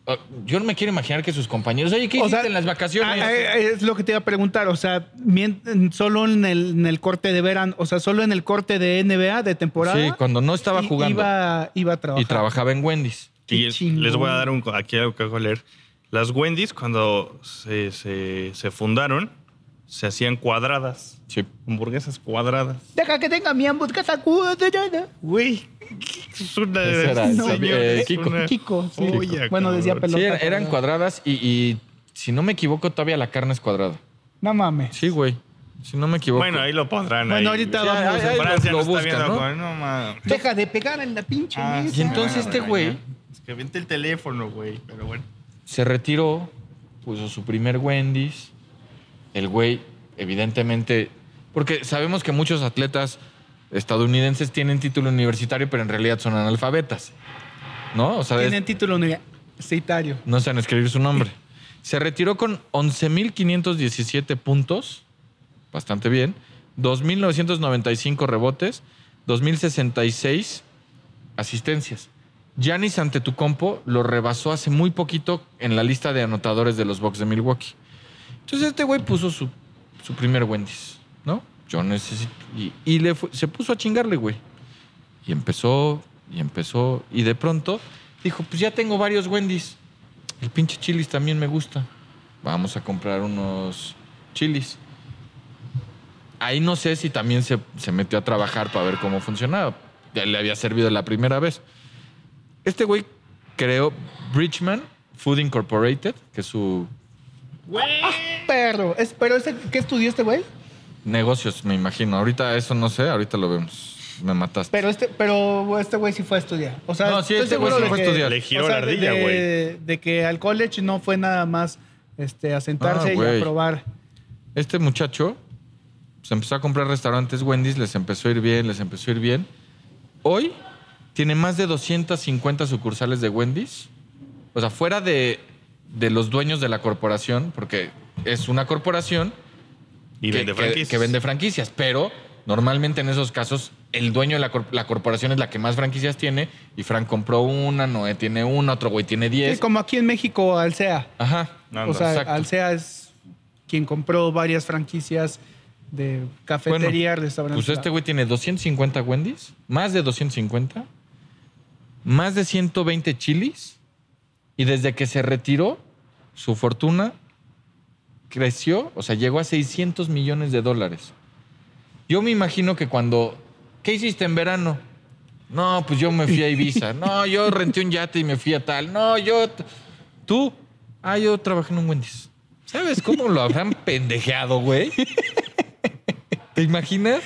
[SPEAKER 5] Ah, Yo no me quiero imaginar que sus compañeros, oye, ¿qué
[SPEAKER 3] O
[SPEAKER 5] hiciste
[SPEAKER 3] sea,
[SPEAKER 5] en las vacaciones?
[SPEAKER 3] ah, ah, es lo que te iba a preguntar, o sea, mien- en- solo en el, en el corte de verano, o sea, solo en el corte de NBA de temporada.
[SPEAKER 5] sí, cuando no estaba
[SPEAKER 3] i-
[SPEAKER 5] jugando
[SPEAKER 3] Iba, iba a trabajar.
[SPEAKER 5] y trabajaba en Wendy's.
[SPEAKER 3] Qué
[SPEAKER 4] Y es-
[SPEAKER 3] chingón.
[SPEAKER 4] les voy a dar un, co- aquí algo que voy a leer. Las Wendy's, cuando se, se- se fundaron, se hacían cuadradas.
[SPEAKER 5] Sí.
[SPEAKER 3] *laughs*
[SPEAKER 4] Hamburguesas cuadradas.
[SPEAKER 3] Deja que tenga mi hamburguesa cuadrada.
[SPEAKER 4] Güey, ¿qué es una
[SPEAKER 5] Ese era el-
[SPEAKER 4] señor,
[SPEAKER 5] eh,
[SPEAKER 4] es
[SPEAKER 5] Kiko.
[SPEAKER 4] una
[SPEAKER 3] Kiko, sí.
[SPEAKER 4] joya,
[SPEAKER 3] Bueno, decía
[SPEAKER 4] cabrón.
[SPEAKER 5] Sí,
[SPEAKER 3] Pelota
[SPEAKER 5] era- eran
[SPEAKER 3] cuadrada.
[SPEAKER 5] cuadradas y, y, si no me equivoco, todavía la carne es cuadrada.
[SPEAKER 3] No mames.
[SPEAKER 5] Sí, güey. Si no me equivoco.
[SPEAKER 4] Bueno, ahí lo pondrán.
[SPEAKER 3] Bueno,
[SPEAKER 4] ahí.
[SPEAKER 3] ahorita
[SPEAKER 4] Sí,
[SPEAKER 3] vamos.
[SPEAKER 4] ahí- ahí Francia
[SPEAKER 5] lo-
[SPEAKER 4] lo,
[SPEAKER 5] lo
[SPEAKER 4] está viendo.
[SPEAKER 5] buscan, ¿no?
[SPEAKER 4] con- No, ma.
[SPEAKER 3] Deja de pegar en la pinche
[SPEAKER 4] Ah,
[SPEAKER 3] mesa.
[SPEAKER 5] Y entonces este güey
[SPEAKER 4] Es que vente el teléfono, güey. Pero bueno.
[SPEAKER 5] se retiró, puso su primer Wendy's. El güey, evidentemente, porque sabemos que muchos atletas estadounidenses tienen título universitario, pero en realidad son analfabetas. ¿No? O sea, es-
[SPEAKER 3] Tienen título universitario.
[SPEAKER 5] no saben escribir su nombre. Se retiró con 11.517 puntos, bastante bien, 2.995 rebotes, 2.066 asistencias. Giannis ante tu compo lo rebasó hace muy poquito en la lista de anotadores de los Bucks de Milwaukee. Entonces este güey puso su, su primer Wendy's, ¿no? Yo necesito... Y, y le fue- se puso a chingarle, güey. Y empezó, y empezó, y de pronto dijo, pues ya tengo varios Wendy's. El pinche chilis también me gusta. Vamos a comprar unos chilis. Ahí no sé si también se, se metió a trabajar para ver cómo funcionaba. Ya le había servido la primera vez. Este güey creó Bridgman Food Incorporated, que es su
[SPEAKER 3] Perro. Es, pero ese, ¿qué estudió este güey?
[SPEAKER 5] negocios, me imagino. Ahorita eso no sé, ahorita lo vemos. Me mataste.
[SPEAKER 3] Pero este, pero este güey sí fue a estudiar. O sea,
[SPEAKER 5] No, sí,
[SPEAKER 3] estoy
[SPEAKER 5] este güey
[SPEAKER 3] seguro
[SPEAKER 5] sí
[SPEAKER 3] de
[SPEAKER 5] fue a
[SPEAKER 3] que-
[SPEAKER 5] estudiar.
[SPEAKER 4] Pues, Le giró
[SPEAKER 3] o sea,
[SPEAKER 4] la
[SPEAKER 3] de-
[SPEAKER 4] ardilla,
[SPEAKER 3] de- De que al college no fue nada más este, a sentarse
[SPEAKER 5] Ah,
[SPEAKER 3] y
[SPEAKER 5] güey.
[SPEAKER 3] a probar.
[SPEAKER 5] este muchacho se empezó a comprar restaurantes Wendy's, les empezó a ir bien, les empezó a ir bien. Hoy tiene más de 250 sucursales de Wendy's. O sea, fuera de, de los dueños de la corporación, porque es una corporación
[SPEAKER 4] Y
[SPEAKER 5] que,
[SPEAKER 4] vende
[SPEAKER 5] que-
[SPEAKER 4] franquicias.
[SPEAKER 5] que vende franquicias, pero normalmente en esos casos el dueño de la, cor- la corporación es la que más franquicias tiene y Frank compró una, Noé tiene una, otro güey tiene
[SPEAKER 3] Sí,
[SPEAKER 5] 10.
[SPEAKER 3] como aquí en México, Alsea.
[SPEAKER 5] Ajá.
[SPEAKER 4] No,
[SPEAKER 3] o
[SPEAKER 4] no,
[SPEAKER 3] sea,
[SPEAKER 5] exacto.
[SPEAKER 3] Alsea es quien compró varias franquicias de cafetería, restaurantes.
[SPEAKER 5] Pues este güey tiene 250 Wendy's, más de 250, más de 120 chilis, y desde que se retiró, su fortuna creció, o sea, llegó a 600 millones de dólares. Yo me imagino que cuando. ¿Qué hiciste en verano? No, pues yo me fui a Ibiza. No, yo renté un yate y me fui a tal. No, yo. t- Tú. Ah, yo trabajé en un Wendy's. ¿Sabes cómo lo habrán *laughs* pendejeado, güey? ¿Te imaginas?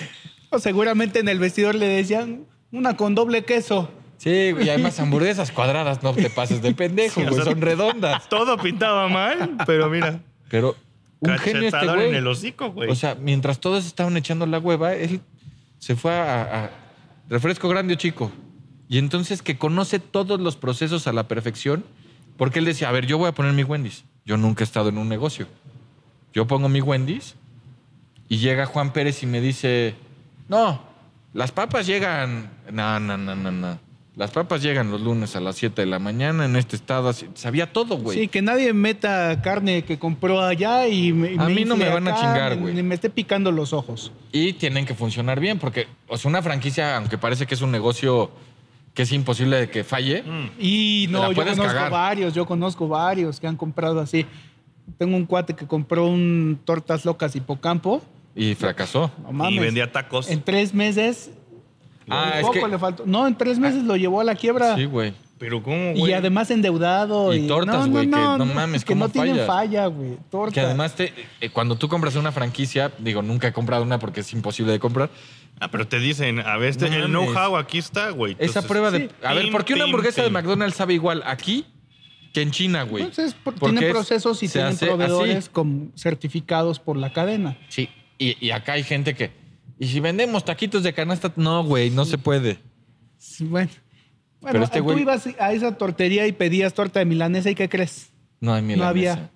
[SPEAKER 3] O seguramente en el vestidor le decían una con doble queso.
[SPEAKER 5] Sí, güey, y además hamburguesas cuadradas, no te pases de pendejo,
[SPEAKER 4] Sí, o
[SPEAKER 5] güey,
[SPEAKER 4] sea- *laughs*
[SPEAKER 5] son redondas.
[SPEAKER 4] Todo pintaba mal, pero mira.
[SPEAKER 5] Pero un genio este
[SPEAKER 4] Cachetador
[SPEAKER 5] güey.
[SPEAKER 4] en el hocico, güey.
[SPEAKER 5] O sea, mientras todos estaban echando la hueva, él se fue a, a- refresco grande o chico. Y entonces que conoce todos los procesos a la perfección, porque él decía, a ver, yo voy a poner mi Wendy's. Yo nunca he estado en un negocio. Yo pongo mi Wendy's y llega Juan Pérez y me dice, no, las papas llegan. No, no, no, no, no. Las papas llegan los lunes a las 7 de la mañana en este estado. así- Sabía todo, güey.
[SPEAKER 3] Sí, que nadie meta carne que compró allá y me, y
[SPEAKER 5] A mí no
[SPEAKER 3] infle
[SPEAKER 5] me van a
[SPEAKER 3] acá,
[SPEAKER 5] chingar,
[SPEAKER 3] ni-
[SPEAKER 5] güey.
[SPEAKER 3] Ni me esté picando los ojos.
[SPEAKER 5] Y tienen que funcionar bien, porque o sea, una franquicia, aunque parece que es un negocio que es imposible de que falle,
[SPEAKER 3] Y
[SPEAKER 5] Hmm. Te la
[SPEAKER 3] no, yo
[SPEAKER 5] puedes
[SPEAKER 3] conozco
[SPEAKER 5] cagar.
[SPEAKER 3] varios, yo conozco varios que han comprado así. Tengo un cuate que compró un tortas locas hipocampo.
[SPEAKER 5] y fracasó.
[SPEAKER 3] No mames.
[SPEAKER 4] Y vendía tacos.
[SPEAKER 3] En tres meses.
[SPEAKER 5] Ah, es
[SPEAKER 3] poco
[SPEAKER 5] que. Ah.
[SPEAKER 3] le faltó. No, en tres meses lo llevó a la quiebra.
[SPEAKER 5] Sí, güey.
[SPEAKER 4] Pero ¿cómo,
[SPEAKER 3] y
[SPEAKER 4] güey?
[SPEAKER 3] además endeudado.
[SPEAKER 5] Y tortas, güey, que no mames,
[SPEAKER 3] Que no
[SPEAKER 5] ¿cómo
[SPEAKER 3] tienen
[SPEAKER 5] fallas?
[SPEAKER 3] falla, güey. Tortas.
[SPEAKER 5] Que además, te, eh, cuando tú compras una franquicia, digo, nunca he comprado una porque es imposible de comprar.
[SPEAKER 4] Ah, pero te dicen, a ver, este,
[SPEAKER 5] No
[SPEAKER 4] el
[SPEAKER 5] mames.
[SPEAKER 4] know-how aquí está, güey.
[SPEAKER 5] Esa
[SPEAKER 4] Entonces,
[SPEAKER 5] prueba de.
[SPEAKER 4] sí.
[SPEAKER 5] A ver,
[SPEAKER 4] Pim,
[SPEAKER 5] ¿por qué una
[SPEAKER 4] pim,
[SPEAKER 5] hamburguesa de
[SPEAKER 4] pim.
[SPEAKER 5] McDonald's sabe igual aquí que en China, güey?
[SPEAKER 3] Entonces, Pues por-
[SPEAKER 5] Porque
[SPEAKER 3] tienen
[SPEAKER 5] es-
[SPEAKER 3] procesos y
[SPEAKER 5] se
[SPEAKER 3] tienen
[SPEAKER 5] hace
[SPEAKER 3] proveedores
[SPEAKER 5] así.
[SPEAKER 3] con- certificados por la cadena.
[SPEAKER 5] Sí, y, y acá hay gente que. Y si vendemos taquitos de canasta, no, güey, no se puede.
[SPEAKER 3] Sí, Bueno, bueno
[SPEAKER 5] Pero este
[SPEAKER 3] tú
[SPEAKER 5] güey-
[SPEAKER 3] ibas a esa tortería y pedías torta de milanesa y ¿qué crees?
[SPEAKER 5] No hay milanesa.
[SPEAKER 3] había.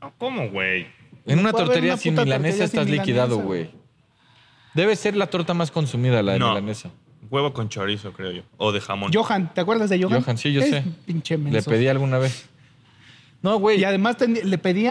[SPEAKER 4] No, ¿Cómo, güey?
[SPEAKER 5] En
[SPEAKER 3] No
[SPEAKER 5] una
[SPEAKER 3] puede haber
[SPEAKER 5] tortería
[SPEAKER 3] una
[SPEAKER 5] sin
[SPEAKER 3] puta tortería
[SPEAKER 5] milanesa estás
[SPEAKER 3] sin
[SPEAKER 5] liquidado,
[SPEAKER 3] milanesa,
[SPEAKER 5] güey. Debe ser la torta más consumida, la de
[SPEAKER 4] No.
[SPEAKER 5] milanesa.
[SPEAKER 4] Huevo con chorizo, creo yo. O de jamón.
[SPEAKER 3] Johan, ¿te acuerdas de Johan?
[SPEAKER 5] Johan, sí, yo
[SPEAKER 3] Es
[SPEAKER 5] sé.
[SPEAKER 3] Pinche
[SPEAKER 5] Le
[SPEAKER 3] menso.
[SPEAKER 5] pedí alguna vez. No, güey.
[SPEAKER 3] Y además ten- le pedía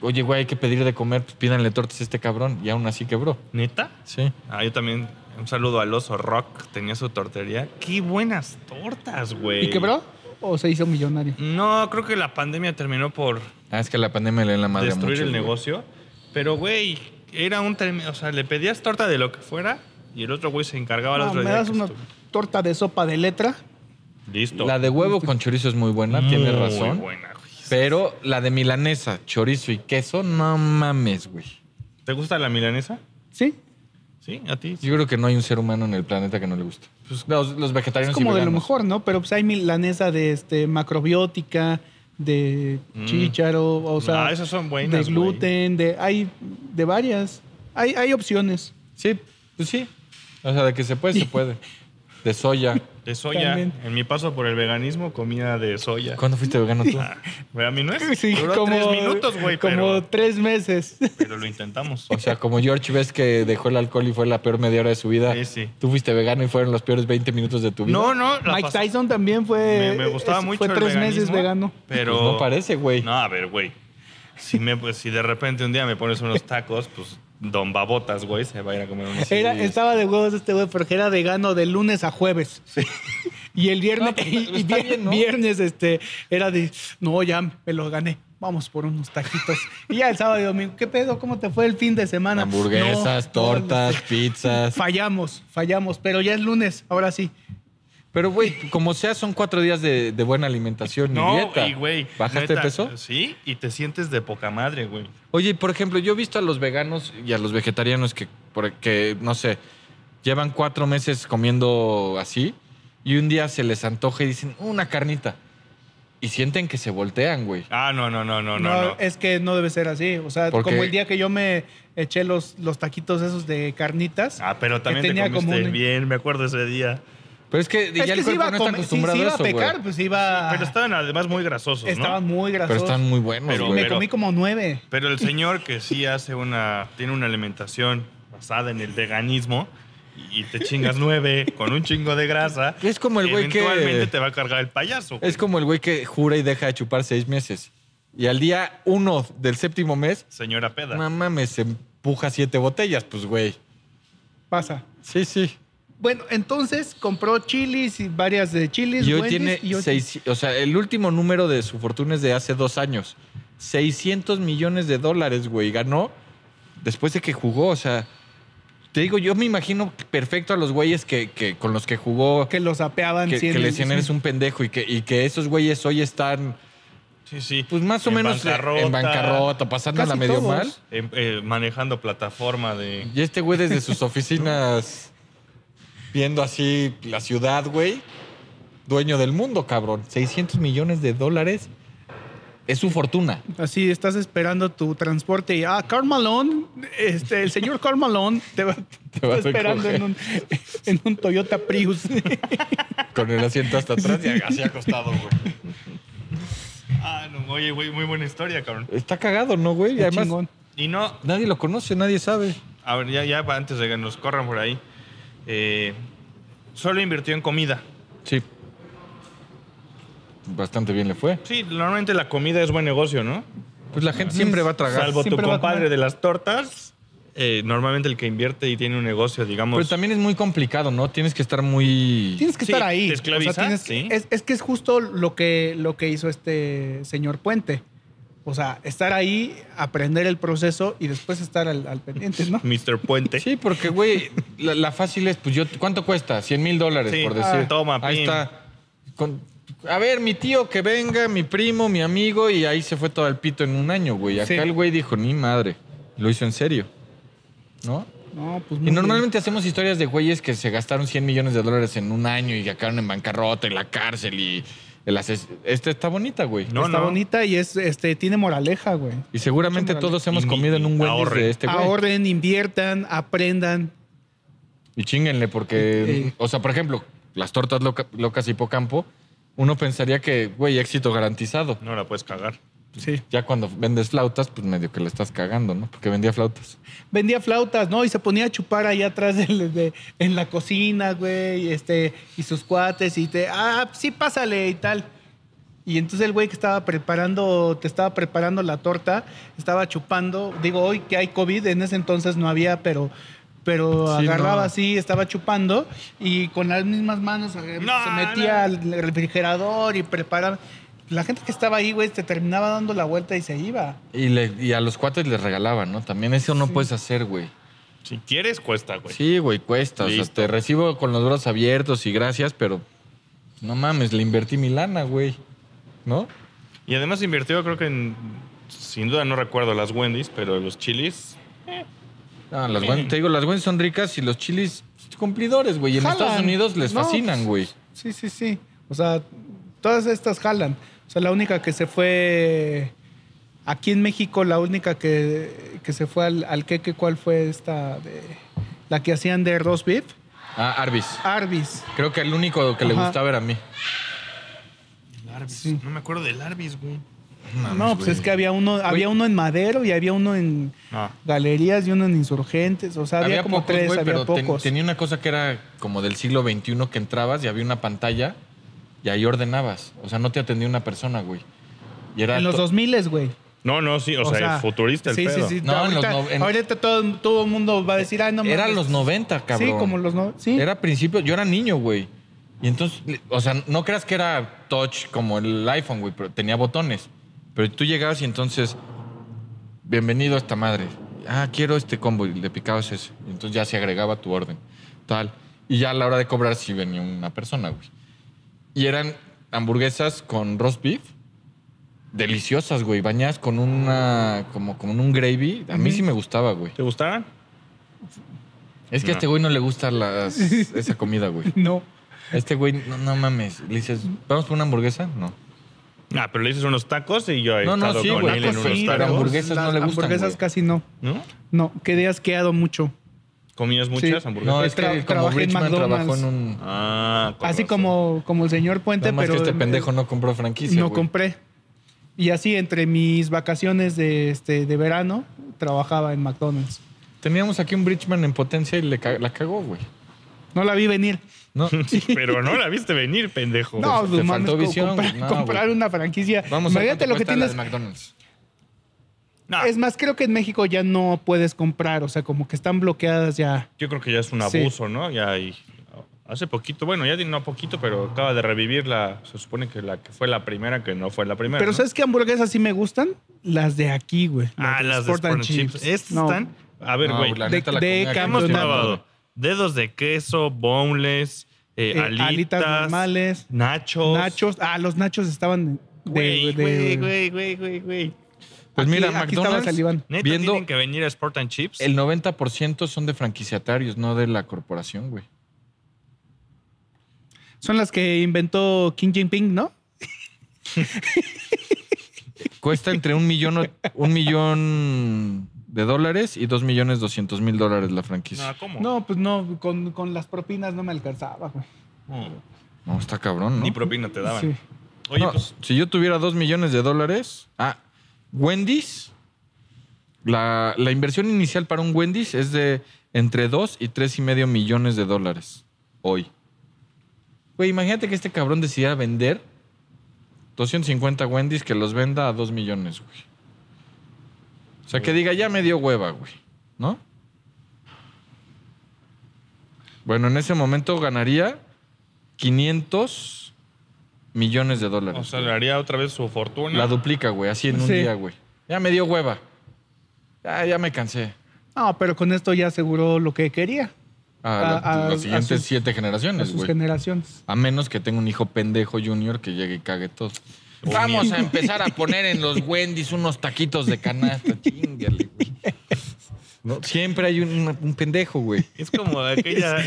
[SPEAKER 5] oye, güey, hay que pedir de comer, pues pídanle tortas a este cabrón. Y aún así quebró.
[SPEAKER 4] ¿Neta?
[SPEAKER 5] Sí.
[SPEAKER 4] Ah, yo también. Un saludo al oso Rock. Tenía su tortería. ¡Qué buenas tortas, güey!
[SPEAKER 3] ¿Y quebró? ¿O se hizo millonario?
[SPEAKER 4] No, creo que la pandemia terminó por
[SPEAKER 5] Ah, es que la pandemia le dio en la madre a
[SPEAKER 4] destruir
[SPEAKER 5] muchos,
[SPEAKER 4] el
[SPEAKER 5] güey.
[SPEAKER 4] negocio. Pero, güey, era un tremendo. O sea, le pedías torta de lo que fuera y el otro güey se encargaba
[SPEAKER 3] No,
[SPEAKER 4] las
[SPEAKER 3] me das una torta de sopa de letra.
[SPEAKER 4] Listo.
[SPEAKER 5] La de huevo con chorizo es muy buena, tienes
[SPEAKER 4] Muy
[SPEAKER 5] razón.
[SPEAKER 4] buena, güey.
[SPEAKER 5] Pero la de milanesa, chorizo y queso, no mames, güey.
[SPEAKER 4] ¿Te gusta la milanesa?
[SPEAKER 3] ¿Sí?
[SPEAKER 4] Sí, a ti.
[SPEAKER 5] Yo creo que no hay un ser humano en el planeta que no le guste. los, los vegetarianos
[SPEAKER 3] Es
[SPEAKER 5] y
[SPEAKER 3] como de lo
[SPEAKER 5] veganos.
[SPEAKER 3] mejor, ¿no? Pero pues hay milanesa de este, macrobiótica, de chícharo, o sea,
[SPEAKER 4] Mm. Ah, esas son buenas,
[SPEAKER 3] de
[SPEAKER 4] güey.
[SPEAKER 3] gluten, de hay de varias. Hay, hay
[SPEAKER 4] *laughs*
[SPEAKER 3] opciones.
[SPEAKER 5] Sí, pues sí. O sea, de que se puede, se puede. De soya.
[SPEAKER 4] De soya.
[SPEAKER 3] También.
[SPEAKER 4] En mi paso por el veganismo comía de soya. Ah,
[SPEAKER 5] ¿Cuándo fuiste vegano tú?
[SPEAKER 4] ¿Ve a mí no es? Duró tres minutos, güey,
[SPEAKER 3] Como
[SPEAKER 4] pero,
[SPEAKER 3] tres meses.
[SPEAKER 4] pero lo intentamos.
[SPEAKER 5] O sea, como George ves que dejó el alcohol y fue la peor media hora de su vida.
[SPEAKER 4] Sí, sí.
[SPEAKER 5] Tú fuiste vegano y fueron los peores 20 minutos de tu vida.
[SPEAKER 4] *laughs* No, no. la
[SPEAKER 3] Mike
[SPEAKER 4] pas-
[SPEAKER 3] Tyson también fue.
[SPEAKER 4] Me, me gustaba
[SPEAKER 3] es-
[SPEAKER 4] mucho
[SPEAKER 3] Fue
[SPEAKER 4] el
[SPEAKER 3] tres meses
[SPEAKER 4] veganismo,
[SPEAKER 3] vegano.
[SPEAKER 4] Pero...
[SPEAKER 5] Pues no parece, güey.
[SPEAKER 4] No, a ver, güey. Si, me, pues, si de repente un día me pones unos tacos, pues Don Babotas, güey, se va a ir a comer unos.
[SPEAKER 3] Era, estaba de huevos este güey porque era vegano de lunes a jueves. Y el viernes,
[SPEAKER 5] No, pues,
[SPEAKER 3] y, y
[SPEAKER 5] está
[SPEAKER 3] vier-
[SPEAKER 5] bien, ¿no?
[SPEAKER 3] viernes este, era de, no, ya me lo gané, vamos por unos taquitos. y ya el sábado y domingo, ¿qué pedo? ¿Cómo te fue el fin de semana?
[SPEAKER 5] Hamburguesas,
[SPEAKER 3] "No, no,
[SPEAKER 5] tortas,
[SPEAKER 3] no".
[SPEAKER 5] pizzas.
[SPEAKER 3] Fallamos, fallamos, pero ya es lunes, ahora sí.
[SPEAKER 5] Pero, güey, como sea, son cuatro días de, de buena alimentación y
[SPEAKER 4] No,
[SPEAKER 5] dieta.
[SPEAKER 4] y, güey.
[SPEAKER 5] ¿Bajaste de
[SPEAKER 4] neta,
[SPEAKER 5] peso?
[SPEAKER 4] Sí, y te sientes de poca madre, güey.
[SPEAKER 5] Oye, por ejemplo, yo he visto a los veganos y a los vegetarianos que, por- e, que, no sé, llevan cuatro meses comiendo así y un día se les antoja y dicen, una carnita. Y sienten que se voltean, güey.
[SPEAKER 4] Ah, no, no, no, no,
[SPEAKER 3] No,
[SPEAKER 4] no. no.
[SPEAKER 3] es que no debe ser así. O sea,
[SPEAKER 5] ¿Por
[SPEAKER 3] como
[SPEAKER 5] qué?
[SPEAKER 3] el día que yo me eché los, los taquitos esos de carnitas.
[SPEAKER 4] Ah, pero también
[SPEAKER 3] que
[SPEAKER 4] te
[SPEAKER 3] tenía
[SPEAKER 4] comiste
[SPEAKER 3] como un-
[SPEAKER 4] bien, me acuerdo ese día.
[SPEAKER 5] Pero es que ya
[SPEAKER 3] Es que sí
[SPEAKER 5] el cuerpo
[SPEAKER 3] iba a,
[SPEAKER 5] no está
[SPEAKER 3] comer- sí- sí
[SPEAKER 5] acostumbrado
[SPEAKER 3] iba
[SPEAKER 5] a
[SPEAKER 3] a
[SPEAKER 5] eso,
[SPEAKER 3] pecar,
[SPEAKER 5] güey.
[SPEAKER 3] pues iba...
[SPEAKER 4] Pero estaban además muy grasosos,
[SPEAKER 3] Estaban
[SPEAKER 4] ¿no?
[SPEAKER 3] muy
[SPEAKER 5] Pero
[SPEAKER 3] grasosos.
[SPEAKER 5] están muy buenos,
[SPEAKER 4] Pero-
[SPEAKER 5] güey.
[SPEAKER 3] Me comí como nueve.
[SPEAKER 4] Pero el señor que sí hace una... Tiene una alimentación basada en el veganismo y te chingas nueve con un chingo de grasa.
[SPEAKER 5] Es como el güey que-
[SPEAKER 4] Eventualmente te va a cargar el payaso. güey.
[SPEAKER 5] Es como el güey que jura y deja de chupar seis meses. Y al día uno del séptimo mes,
[SPEAKER 4] Señora peda.
[SPEAKER 5] no mames, se empuja siete botellas, pues, güey.
[SPEAKER 3] Pasa.
[SPEAKER 5] Sí, sí.
[SPEAKER 3] Bueno, entonces compró chilis y varias de chilis.
[SPEAKER 5] Y hoy
[SPEAKER 3] Wendy's,
[SPEAKER 5] tiene
[SPEAKER 3] y hoy-
[SPEAKER 5] seis, o sea, el último número de su fortuna es de hace dos años. 600 millones de dólares, güey. Ganó después de que jugó, o sea. Te digo, yo me imagino perfecto a los güeyes que, que- con los que jugó, que,
[SPEAKER 3] que los apeaban.
[SPEAKER 5] que,
[SPEAKER 3] cien
[SPEAKER 5] le
[SPEAKER 3] veces.
[SPEAKER 5] decían eres un pendejo y que, y que esos güeyes hoy están,
[SPEAKER 4] Sí, sí.
[SPEAKER 5] pues más o
[SPEAKER 4] En
[SPEAKER 5] menos
[SPEAKER 4] bancarrota,
[SPEAKER 5] en bancarrota, pasándola
[SPEAKER 3] Casi
[SPEAKER 5] medio
[SPEAKER 3] todos.
[SPEAKER 5] mal.
[SPEAKER 4] en- eh, manejando plataforma de...
[SPEAKER 5] *laughs* Y este güey desde sus oficinas viendo así la ciudad, güey. dueño del mundo, cabrón. 600 millones de dólares es su fortuna.
[SPEAKER 3] Así estás esperando tu transporte y ah, Karl Malone, este, el señor Karl Malone te
[SPEAKER 5] *laughs*
[SPEAKER 3] va, te
[SPEAKER 5] va
[SPEAKER 3] está
[SPEAKER 5] a
[SPEAKER 3] esperando
[SPEAKER 5] recoger.
[SPEAKER 3] en un, en un Toyota
[SPEAKER 5] *laughs*
[SPEAKER 3] Prius.
[SPEAKER 5] Con el asiento hasta atrás y así acostado, güey.
[SPEAKER 4] Ah, no, oye, güey, muy buena historia, cabrón.
[SPEAKER 5] Está cagado, ¿no, güey? Y
[SPEAKER 3] Qué
[SPEAKER 5] además, pues,
[SPEAKER 3] chingón.
[SPEAKER 4] Y no,
[SPEAKER 5] nadie lo conoce, nadie sabe.
[SPEAKER 4] a ver, ya, ya para antes de que nos corran por ahí, eh, solo invirtió en comida.
[SPEAKER 5] Sí. Bastante bien le fue.
[SPEAKER 4] Sí, normalmente la comida es buen negocio, ¿no?
[SPEAKER 5] Pues la gente siempre va a tragar.
[SPEAKER 4] Salvo tu
[SPEAKER 3] Siempre va a
[SPEAKER 4] compadre
[SPEAKER 3] comer.
[SPEAKER 4] de las tortas, eh, normalmente el que invierte y tiene un negocio, digamos.
[SPEAKER 5] Pero también es muy complicado, ¿no? Tienes que estar muy...
[SPEAKER 3] Tienes que
[SPEAKER 4] Sí,
[SPEAKER 3] estar ahí.
[SPEAKER 4] te esclaviza,
[SPEAKER 3] tienes
[SPEAKER 4] sí.
[SPEAKER 3] que- es, es que es justo lo que, lo que hizo este señor Puente. O sea, estar ahí, aprender el proceso y después estar al, al pendiente, ¿no?
[SPEAKER 4] Mr. Puente.
[SPEAKER 5] Sí, porque, güey, la, la fácil es, pues yo, ¿cuánto cuesta? 100 mil dólares,
[SPEAKER 4] Sí.
[SPEAKER 5] por decir.
[SPEAKER 4] Ah, toma,
[SPEAKER 5] Ahí
[SPEAKER 4] pim.
[SPEAKER 5] está. Con- a ver, mi tío que venga, mi primo, mi amigo, y ahí se fue todo al pito en un año, güey. Acá
[SPEAKER 3] Sí.
[SPEAKER 5] el güey dijo, ni madre. Lo hizo en serio. ¿No?
[SPEAKER 3] No, pues
[SPEAKER 5] Y
[SPEAKER 3] muy bien.
[SPEAKER 5] normalmente hacemos historias de güeyes que se gastaron 100 millones de dólares en un año y acabaron en bancarrota, en la cárcel y... El ases- Esta está bonita, güey.
[SPEAKER 4] No,
[SPEAKER 3] está
[SPEAKER 4] no.
[SPEAKER 3] bonita y es, este, tiene moraleja, güey.
[SPEAKER 5] Y seguramente
[SPEAKER 3] Mucho
[SPEAKER 5] todos hemos
[SPEAKER 4] Y-
[SPEAKER 5] comido en un Wendy's
[SPEAKER 4] ahorren.
[SPEAKER 5] de este güey.
[SPEAKER 3] Ahorren, inviertan, aprendan.
[SPEAKER 5] Y chinguenle, porque,
[SPEAKER 3] Eh.
[SPEAKER 5] o sea, por ejemplo, las tortas loca- locas hipocampo, uno pensaría que, güey, éxito garantizado.
[SPEAKER 4] No la puedes cagar.
[SPEAKER 3] Sí.
[SPEAKER 5] Ya cuando vendes flautas, pues medio que le estás cagando, ¿no? Porque vendía flautas.
[SPEAKER 3] Vendía flautas, ¿no? Y se ponía a chupar ahí atrás del- de- en la cocina, güey, este, y sus cuates, y te, ah, sí, pásale y tal. Y entonces el güey que estaba preparando, te estaba preparando la torta, estaba chupando. Digo, hoy que hay COVID, en ese entonces no había, pero, pero
[SPEAKER 5] Sí,
[SPEAKER 3] agarraba
[SPEAKER 5] no.
[SPEAKER 3] así, estaba chupando y con las mismas manos eh,
[SPEAKER 4] No,
[SPEAKER 3] se metía al refrigerador y preparaba. La gente que estaba ahí, güey, te terminaba dando la vuelta y se iba.
[SPEAKER 5] Y, le- y a los cuates les regalaban, ¿no? También eso no puedes hacer, güey.
[SPEAKER 4] Si quieres, cuesta, güey.
[SPEAKER 5] Sí, güey, cuesta. O sea,
[SPEAKER 4] Pues, Listo.
[SPEAKER 5] te recibo con los brazos abiertos y gracias, pero no mames, le invertí mi lana, güey. ¿No?
[SPEAKER 4] Y además invirtió, creo que en. Sin duda no recuerdo las Wendy's, pero los chilis.
[SPEAKER 5] No, las Wendy's- te digo, las Wendy's son ricas y los chilis pues, cumplidores, güey. Y en
[SPEAKER 3] Jalan.
[SPEAKER 5] Estados Unidos les
[SPEAKER 3] No,
[SPEAKER 5] fascinan,
[SPEAKER 3] pues,
[SPEAKER 5] güey.
[SPEAKER 3] Sí, sí, sí. O sea, todas estas jalan. O sea, la única que se fue aquí en México, la única que, que se fue al, al queque, ¿cuál fue esta? de- la que hacían de roast beef.
[SPEAKER 5] Ah, Arby's.
[SPEAKER 3] Arby's.
[SPEAKER 5] Creo que el único que le
[SPEAKER 3] Ajá.
[SPEAKER 5] gustaba era a mí.
[SPEAKER 4] El Arby's.
[SPEAKER 3] Sí.
[SPEAKER 4] No me acuerdo del Arby's, güey.
[SPEAKER 3] no, pues es que había uno, había uno en Madero y había uno en
[SPEAKER 4] Ah.
[SPEAKER 3] galerías y uno en insurgentes. O sea, había, como
[SPEAKER 5] pocos,
[SPEAKER 3] tres,
[SPEAKER 5] güey,
[SPEAKER 3] había
[SPEAKER 5] pero ten-
[SPEAKER 3] pocos.
[SPEAKER 5] tenía una cosa que era como del siglo XXI que entrabas y había una pantalla y ahí ordenabas. O sea, no te atendía una persona, güey. Y era
[SPEAKER 3] En los
[SPEAKER 5] to-
[SPEAKER 3] 2000, güey.
[SPEAKER 4] No, no, sí, o, sea, futurista el
[SPEAKER 3] sí,
[SPEAKER 4] pedo.
[SPEAKER 3] Sí, sí,
[SPEAKER 5] No, en los
[SPEAKER 3] ahorita,
[SPEAKER 5] no- en-
[SPEAKER 3] ahorita todo, todo el mundo va a decir, ay, no
[SPEAKER 5] Era
[SPEAKER 3] mames".
[SPEAKER 5] los 90, cabrón.
[SPEAKER 3] Sí, como los no, sí.
[SPEAKER 5] Era principio, yo era niño, güey. Y entonces, le- o sea, no creas que era touch como el iPhone, güey, pero tenía botones. Pero tú llegabas y entonces, bienvenido a esta madre. Ah, quiero este combo y le picabas ese. Y entonces ya se agregaba tu orden. Tal. Y ya a la hora de cobrar sí venía una persona, güey. Y eran hamburguesas con roast beef. Deliciosas, güey. Bañadas con una. como con un gravy. A mí sí me gustaba, güey.
[SPEAKER 4] ¿Te gustaban?
[SPEAKER 5] Es que
[SPEAKER 4] No.
[SPEAKER 5] a este güey no le gusta las- esa comida, güey.
[SPEAKER 3] *laughs* No.
[SPEAKER 5] A Este güey, no, no mames. Le dices, ¿vamos por una hamburguesa? No.
[SPEAKER 4] Ah, pero le dices unos tacos y yo he
[SPEAKER 5] No, no,
[SPEAKER 4] estado
[SPEAKER 5] sí,
[SPEAKER 4] con
[SPEAKER 5] güey,
[SPEAKER 4] él en
[SPEAKER 5] tacos
[SPEAKER 4] unos
[SPEAKER 5] sí,
[SPEAKER 4] tacos.
[SPEAKER 5] pero hamburguesas no le
[SPEAKER 3] Las
[SPEAKER 5] gustan,
[SPEAKER 3] Hamburguesas
[SPEAKER 5] güey.
[SPEAKER 3] casi no.
[SPEAKER 4] ¿No?
[SPEAKER 3] No, quedé asqueado mucho.
[SPEAKER 4] ¿Comías muchas
[SPEAKER 3] Sí.
[SPEAKER 4] hamburguesas?
[SPEAKER 5] No, es que
[SPEAKER 3] Eh, Tra-
[SPEAKER 5] como
[SPEAKER 3] trabajé en
[SPEAKER 5] Richman trabajó en
[SPEAKER 3] McDonald's.
[SPEAKER 5] un.
[SPEAKER 4] Ah, con
[SPEAKER 3] Así
[SPEAKER 4] razón.
[SPEAKER 3] como, como el señor Puente,
[SPEAKER 5] Nada más
[SPEAKER 3] pero
[SPEAKER 5] que este
[SPEAKER 3] eh,
[SPEAKER 5] pendejo no compró franquicia.
[SPEAKER 3] no
[SPEAKER 5] güey.
[SPEAKER 3] compré. Y así entre mis vacaciones de, este, de verano trabajaba en McDonald's.
[SPEAKER 5] Teníamos aquí un Bridgman en potencia y le ca- la cagó, güey.
[SPEAKER 3] No la vi venir. *laughs*
[SPEAKER 5] No.
[SPEAKER 4] Pero no la viste venir, pendejo.
[SPEAKER 3] No,
[SPEAKER 5] te
[SPEAKER 3] pues, mames,
[SPEAKER 5] faltó
[SPEAKER 3] co-
[SPEAKER 5] visión,
[SPEAKER 3] comprar,
[SPEAKER 5] güey. No,
[SPEAKER 3] comprar
[SPEAKER 5] güey.
[SPEAKER 3] una franquicia.
[SPEAKER 5] Vamos a ver.
[SPEAKER 3] Imagínate
[SPEAKER 5] cuánto
[SPEAKER 3] lo que
[SPEAKER 5] cuesta la de
[SPEAKER 3] tienes.
[SPEAKER 5] McDonald's.
[SPEAKER 4] No,
[SPEAKER 3] Es más, creo que en México ya no puedes comprar, o sea, como que están bloqueadas ya.
[SPEAKER 4] Yo creo que ya es un
[SPEAKER 3] Sí.
[SPEAKER 4] abuso, ¿no? Ya hay- Hace poquito, bueno, ya tiene no poquito, pero acaba de revivir la. Se supone que la que fue la primera, que no fue la primera.
[SPEAKER 3] Pero
[SPEAKER 4] ¿no?
[SPEAKER 3] ¿sabes qué hamburguesas sí me gustan? Las de aquí, güey.
[SPEAKER 4] Ah,
[SPEAKER 3] de
[SPEAKER 4] las de
[SPEAKER 3] Sport and
[SPEAKER 4] Chips. Estas
[SPEAKER 3] No.
[SPEAKER 4] están. A ver,
[SPEAKER 5] No,
[SPEAKER 4] güey.
[SPEAKER 5] la
[SPEAKER 3] de-
[SPEAKER 5] neta, la
[SPEAKER 3] de
[SPEAKER 5] comida que
[SPEAKER 3] Campos
[SPEAKER 4] hemos
[SPEAKER 5] nos
[SPEAKER 3] no.
[SPEAKER 5] dieron,
[SPEAKER 4] probado dedos de queso, boneless, eh,
[SPEAKER 3] Eh,
[SPEAKER 4] alitas,
[SPEAKER 3] alitas normales,
[SPEAKER 4] nachos.
[SPEAKER 3] Nachos. Ah, los nachos estaban de.
[SPEAKER 4] Güey,
[SPEAKER 3] de-
[SPEAKER 4] güey, güey, güey, güey, güey.
[SPEAKER 5] Pues mira,
[SPEAKER 3] Aquí- aquí estaba
[SPEAKER 5] McDonald's,
[SPEAKER 3] salivando.
[SPEAKER 4] Neta,
[SPEAKER 5] viendo
[SPEAKER 4] tienen que venir a Sport and Chips.
[SPEAKER 5] el 90% son de franquiciatarios, no de la corporación, güey.
[SPEAKER 3] Son las que inventó Kim Jinping, ¿no? *laughs*
[SPEAKER 5] Cuesta entre un millón, o- un millón de dólares y dos millones doscientos mil dólares la franquicia.
[SPEAKER 4] No, ¿cómo?
[SPEAKER 3] No, pues no, con, con las propinas no me alcanzaba, güey.
[SPEAKER 4] Mm.
[SPEAKER 5] No, está cabrón, ¿no?
[SPEAKER 4] Ni propina te daban.
[SPEAKER 3] Sí.
[SPEAKER 4] Oye,
[SPEAKER 5] No,
[SPEAKER 4] pues,
[SPEAKER 5] si yo tuviera dos millones de dólares, ah, Wendy's, la, la inversión inicial para un Wendy's es de entre dos y tres y medio millones de dólares hoy. Güey, imagínate que este cabrón decidiera vender 250 Wendy's que los venda a dos millones, güey. O sea, que diga, ya me dio hueva, güey, ¿no? Bueno, en ese momento ganaría 500 millones de dólares.
[SPEAKER 4] o sea, le haría otra vez su fortuna.
[SPEAKER 5] La duplica, güey, así en un
[SPEAKER 3] Sí.
[SPEAKER 5] día, güey. Ya me dio hueva. Ya, ya me cansé.
[SPEAKER 3] No, pero con esto ya aseguró lo que quería
[SPEAKER 5] A,
[SPEAKER 3] A-
[SPEAKER 5] la-
[SPEAKER 3] a-
[SPEAKER 5] las siguientes
[SPEAKER 3] a sus-
[SPEAKER 5] siete
[SPEAKER 3] a
[SPEAKER 5] generaciones,
[SPEAKER 3] sus
[SPEAKER 5] güey.
[SPEAKER 3] generaciones.
[SPEAKER 5] A menos que tenga un hijo pendejo junior que llegue y cague todo.
[SPEAKER 4] O *laughs*
[SPEAKER 5] Vamos
[SPEAKER 4] nieto.
[SPEAKER 5] a empezar a poner en los Wendy's unos taquitos de *laughs* canasta. Chíngale, güey. No, siempre hay un, un pendejo, güey.
[SPEAKER 4] Es como aquella.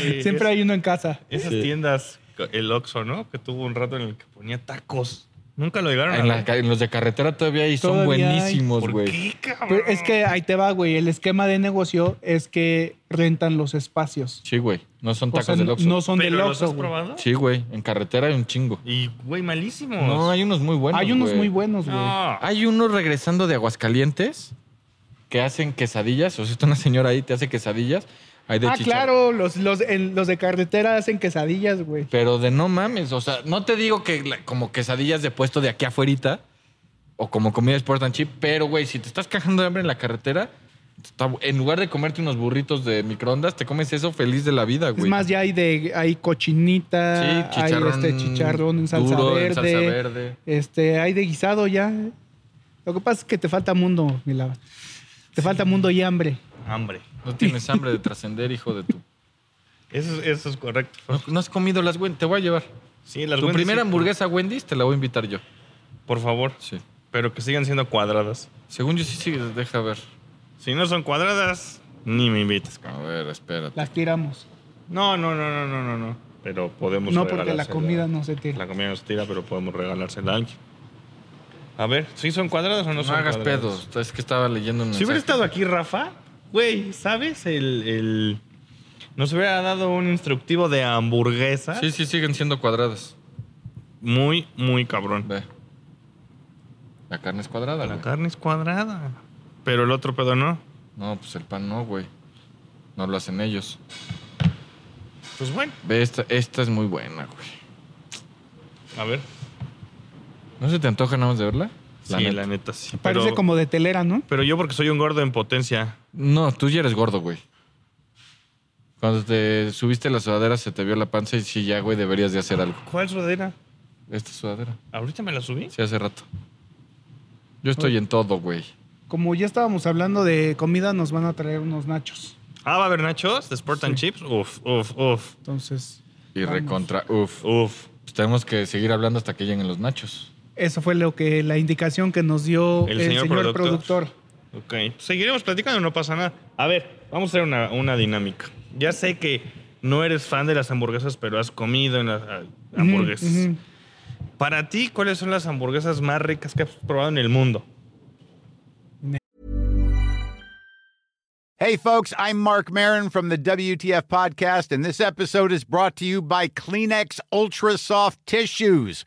[SPEAKER 3] *laughs*
[SPEAKER 4] eh,
[SPEAKER 3] Siempre hay uno en casa.
[SPEAKER 4] Esas tiendas, el Oxxo, ¿no? Que tuvo un rato en el que ponía tacos. Nunca lo llegaron
[SPEAKER 5] En,
[SPEAKER 4] a
[SPEAKER 5] la
[SPEAKER 4] ver.
[SPEAKER 5] ca- en los de carretera todavía hay, son
[SPEAKER 3] Todavía hay.
[SPEAKER 5] buenísimos,
[SPEAKER 4] ¿Por
[SPEAKER 5] güey.
[SPEAKER 4] qué, cabrón?
[SPEAKER 3] Pero es que ahí te va, güey. El esquema de negocio es que rentan los espacios.
[SPEAKER 5] Sí, güey. No son
[SPEAKER 3] O
[SPEAKER 5] tacos
[SPEAKER 3] sea,
[SPEAKER 5] del Oxxo.
[SPEAKER 3] no son
[SPEAKER 4] ¿Pero
[SPEAKER 3] del
[SPEAKER 4] los
[SPEAKER 3] Oxxo,
[SPEAKER 4] has
[SPEAKER 3] güey.
[SPEAKER 4] probado?
[SPEAKER 5] Sí, güey. En carretera hay un chingo.
[SPEAKER 4] Y, güey, malísimos.
[SPEAKER 5] No, hay unos muy buenos,
[SPEAKER 3] Hay unos
[SPEAKER 5] güey.
[SPEAKER 3] muy buenos, güey.
[SPEAKER 4] No. Ah,
[SPEAKER 5] Hay unos regresando de Aguascalientes que hacen quesadillas. O sea, está una señora ahí, te hace quesadillas. Hay de
[SPEAKER 3] ah,
[SPEAKER 5] chicharrón.
[SPEAKER 3] claro, los, los, en- los de carretera hacen quesadillas, güey.
[SPEAKER 5] Pero de no mames. O sea, no te digo que la- como quesadillas de puesto de aquí afuerita o como comida sport and chip, pero güey, si te estás cajando de hambre en la carretera, está- en lugar de comerte unos burritos de microondas, te comes eso feliz de la vida,
[SPEAKER 3] Es
[SPEAKER 5] Este güey.
[SPEAKER 3] más, ya hay de hay cochinita,
[SPEAKER 5] Sí,
[SPEAKER 3] hay
[SPEAKER 5] chicharrón,
[SPEAKER 3] este chicharrón en salsa,
[SPEAKER 5] duro,
[SPEAKER 3] verde,
[SPEAKER 5] en salsa verde.
[SPEAKER 3] Este, hay de guisado ya. Lo que pasa es que te falta mundo, mi lava. Te falta mundo y hambre.
[SPEAKER 4] Hambre.
[SPEAKER 5] No tienes hambre de trascender, hijo de tu.
[SPEAKER 4] Eso, eso es correcto.
[SPEAKER 5] No, no has comido las Wendy's, te voy a llevar.
[SPEAKER 4] Sí, las
[SPEAKER 5] tu
[SPEAKER 4] Wendy's
[SPEAKER 5] primera
[SPEAKER 4] sí,
[SPEAKER 5] hamburguesa Wendy's te la voy a invitar yo.
[SPEAKER 4] Por favor.
[SPEAKER 5] Sí.
[SPEAKER 4] Pero que sigan siendo cuadradas.
[SPEAKER 5] Según yo sí, sí, deja ver.
[SPEAKER 4] Si no son cuadradas, ni me invitas, cabrón.
[SPEAKER 5] A ver, espérate.
[SPEAKER 3] Las tiramos.
[SPEAKER 4] No, no, no, no, no, no, no. Pero podemos
[SPEAKER 3] No, porque la
[SPEAKER 4] regalársela.
[SPEAKER 3] comida no se tira.
[SPEAKER 4] La comida nos tira, pero podemos regalársela a alguien. A ver, ¿sí son cuadradas o no,
[SPEAKER 5] No,
[SPEAKER 4] son
[SPEAKER 5] hagas
[SPEAKER 4] cuadradas?
[SPEAKER 5] pedos. Es que estaba leyendo un
[SPEAKER 4] Si hubiera
[SPEAKER 5] mensaje.
[SPEAKER 4] estado aquí Rafa, güey, ¿sabes? El, el- Nos hubiera dado un instructivo de hamburguesa.
[SPEAKER 5] Sí, sí, siguen siendo cuadradas.
[SPEAKER 4] Muy, muy cabrón.
[SPEAKER 5] Ve. La carne es cuadrada,
[SPEAKER 4] La
[SPEAKER 5] güey.
[SPEAKER 4] carne es cuadrada. Pero el otro pedo no.
[SPEAKER 5] No, pues el pan no, güey. No lo hacen ellos.
[SPEAKER 4] Pues bueno,
[SPEAKER 5] Ve, esta, esta es muy buena, güey.
[SPEAKER 4] a ver.
[SPEAKER 5] ¿No se te antoja nada más de verla? La
[SPEAKER 4] sí,
[SPEAKER 5] neta.
[SPEAKER 4] la neta sí.
[SPEAKER 3] Parece
[SPEAKER 4] Pero,
[SPEAKER 3] como de telera, ¿no?
[SPEAKER 4] pero yo porque soy un gordo en potencia.
[SPEAKER 5] No, tú ya eres gordo, güey. Cuando te subiste la sudadera se te vio la panza y sí, ya, güey, deberías de hacer algo.
[SPEAKER 4] ¿Cuál sudadera?
[SPEAKER 5] Esta sudadera.
[SPEAKER 4] ¿Ahorita me la subí?
[SPEAKER 5] Sí, hace rato. Yo estoy en todo, güey.
[SPEAKER 3] Como ya estábamos hablando de comida, nos van a traer unos nachos.
[SPEAKER 4] Ah, va a haber nachos de Sport and Chips. Uf, uf, uf,
[SPEAKER 3] Entonces,
[SPEAKER 5] Y
[SPEAKER 3] Vamos.
[SPEAKER 5] recontra, uf.
[SPEAKER 4] uf.
[SPEAKER 5] Pues tenemos que seguir hablando hasta que lleguen los nachos.
[SPEAKER 3] eso fue lo que la indicación que nos dio
[SPEAKER 4] El
[SPEAKER 3] el,
[SPEAKER 4] señor
[SPEAKER 3] señor,
[SPEAKER 4] productor.
[SPEAKER 3] productor.
[SPEAKER 4] Ok, seguiremos platicando, no pasa nada. A ver, vamos a hacer una, una dinámica. Ya sé que no eres fan de las hamburguesas, pero has comido en las ah, hamburguesas.
[SPEAKER 3] Ujú, ujú.
[SPEAKER 4] Para ti, ¿cuáles son las hamburguesas más ricas que has probado en el mundo?
[SPEAKER 6] Hey, folks, I'm Mark Marin from the WTF Podcast, and this episode is brought to you by Kleenex Ultra Soft Tissues,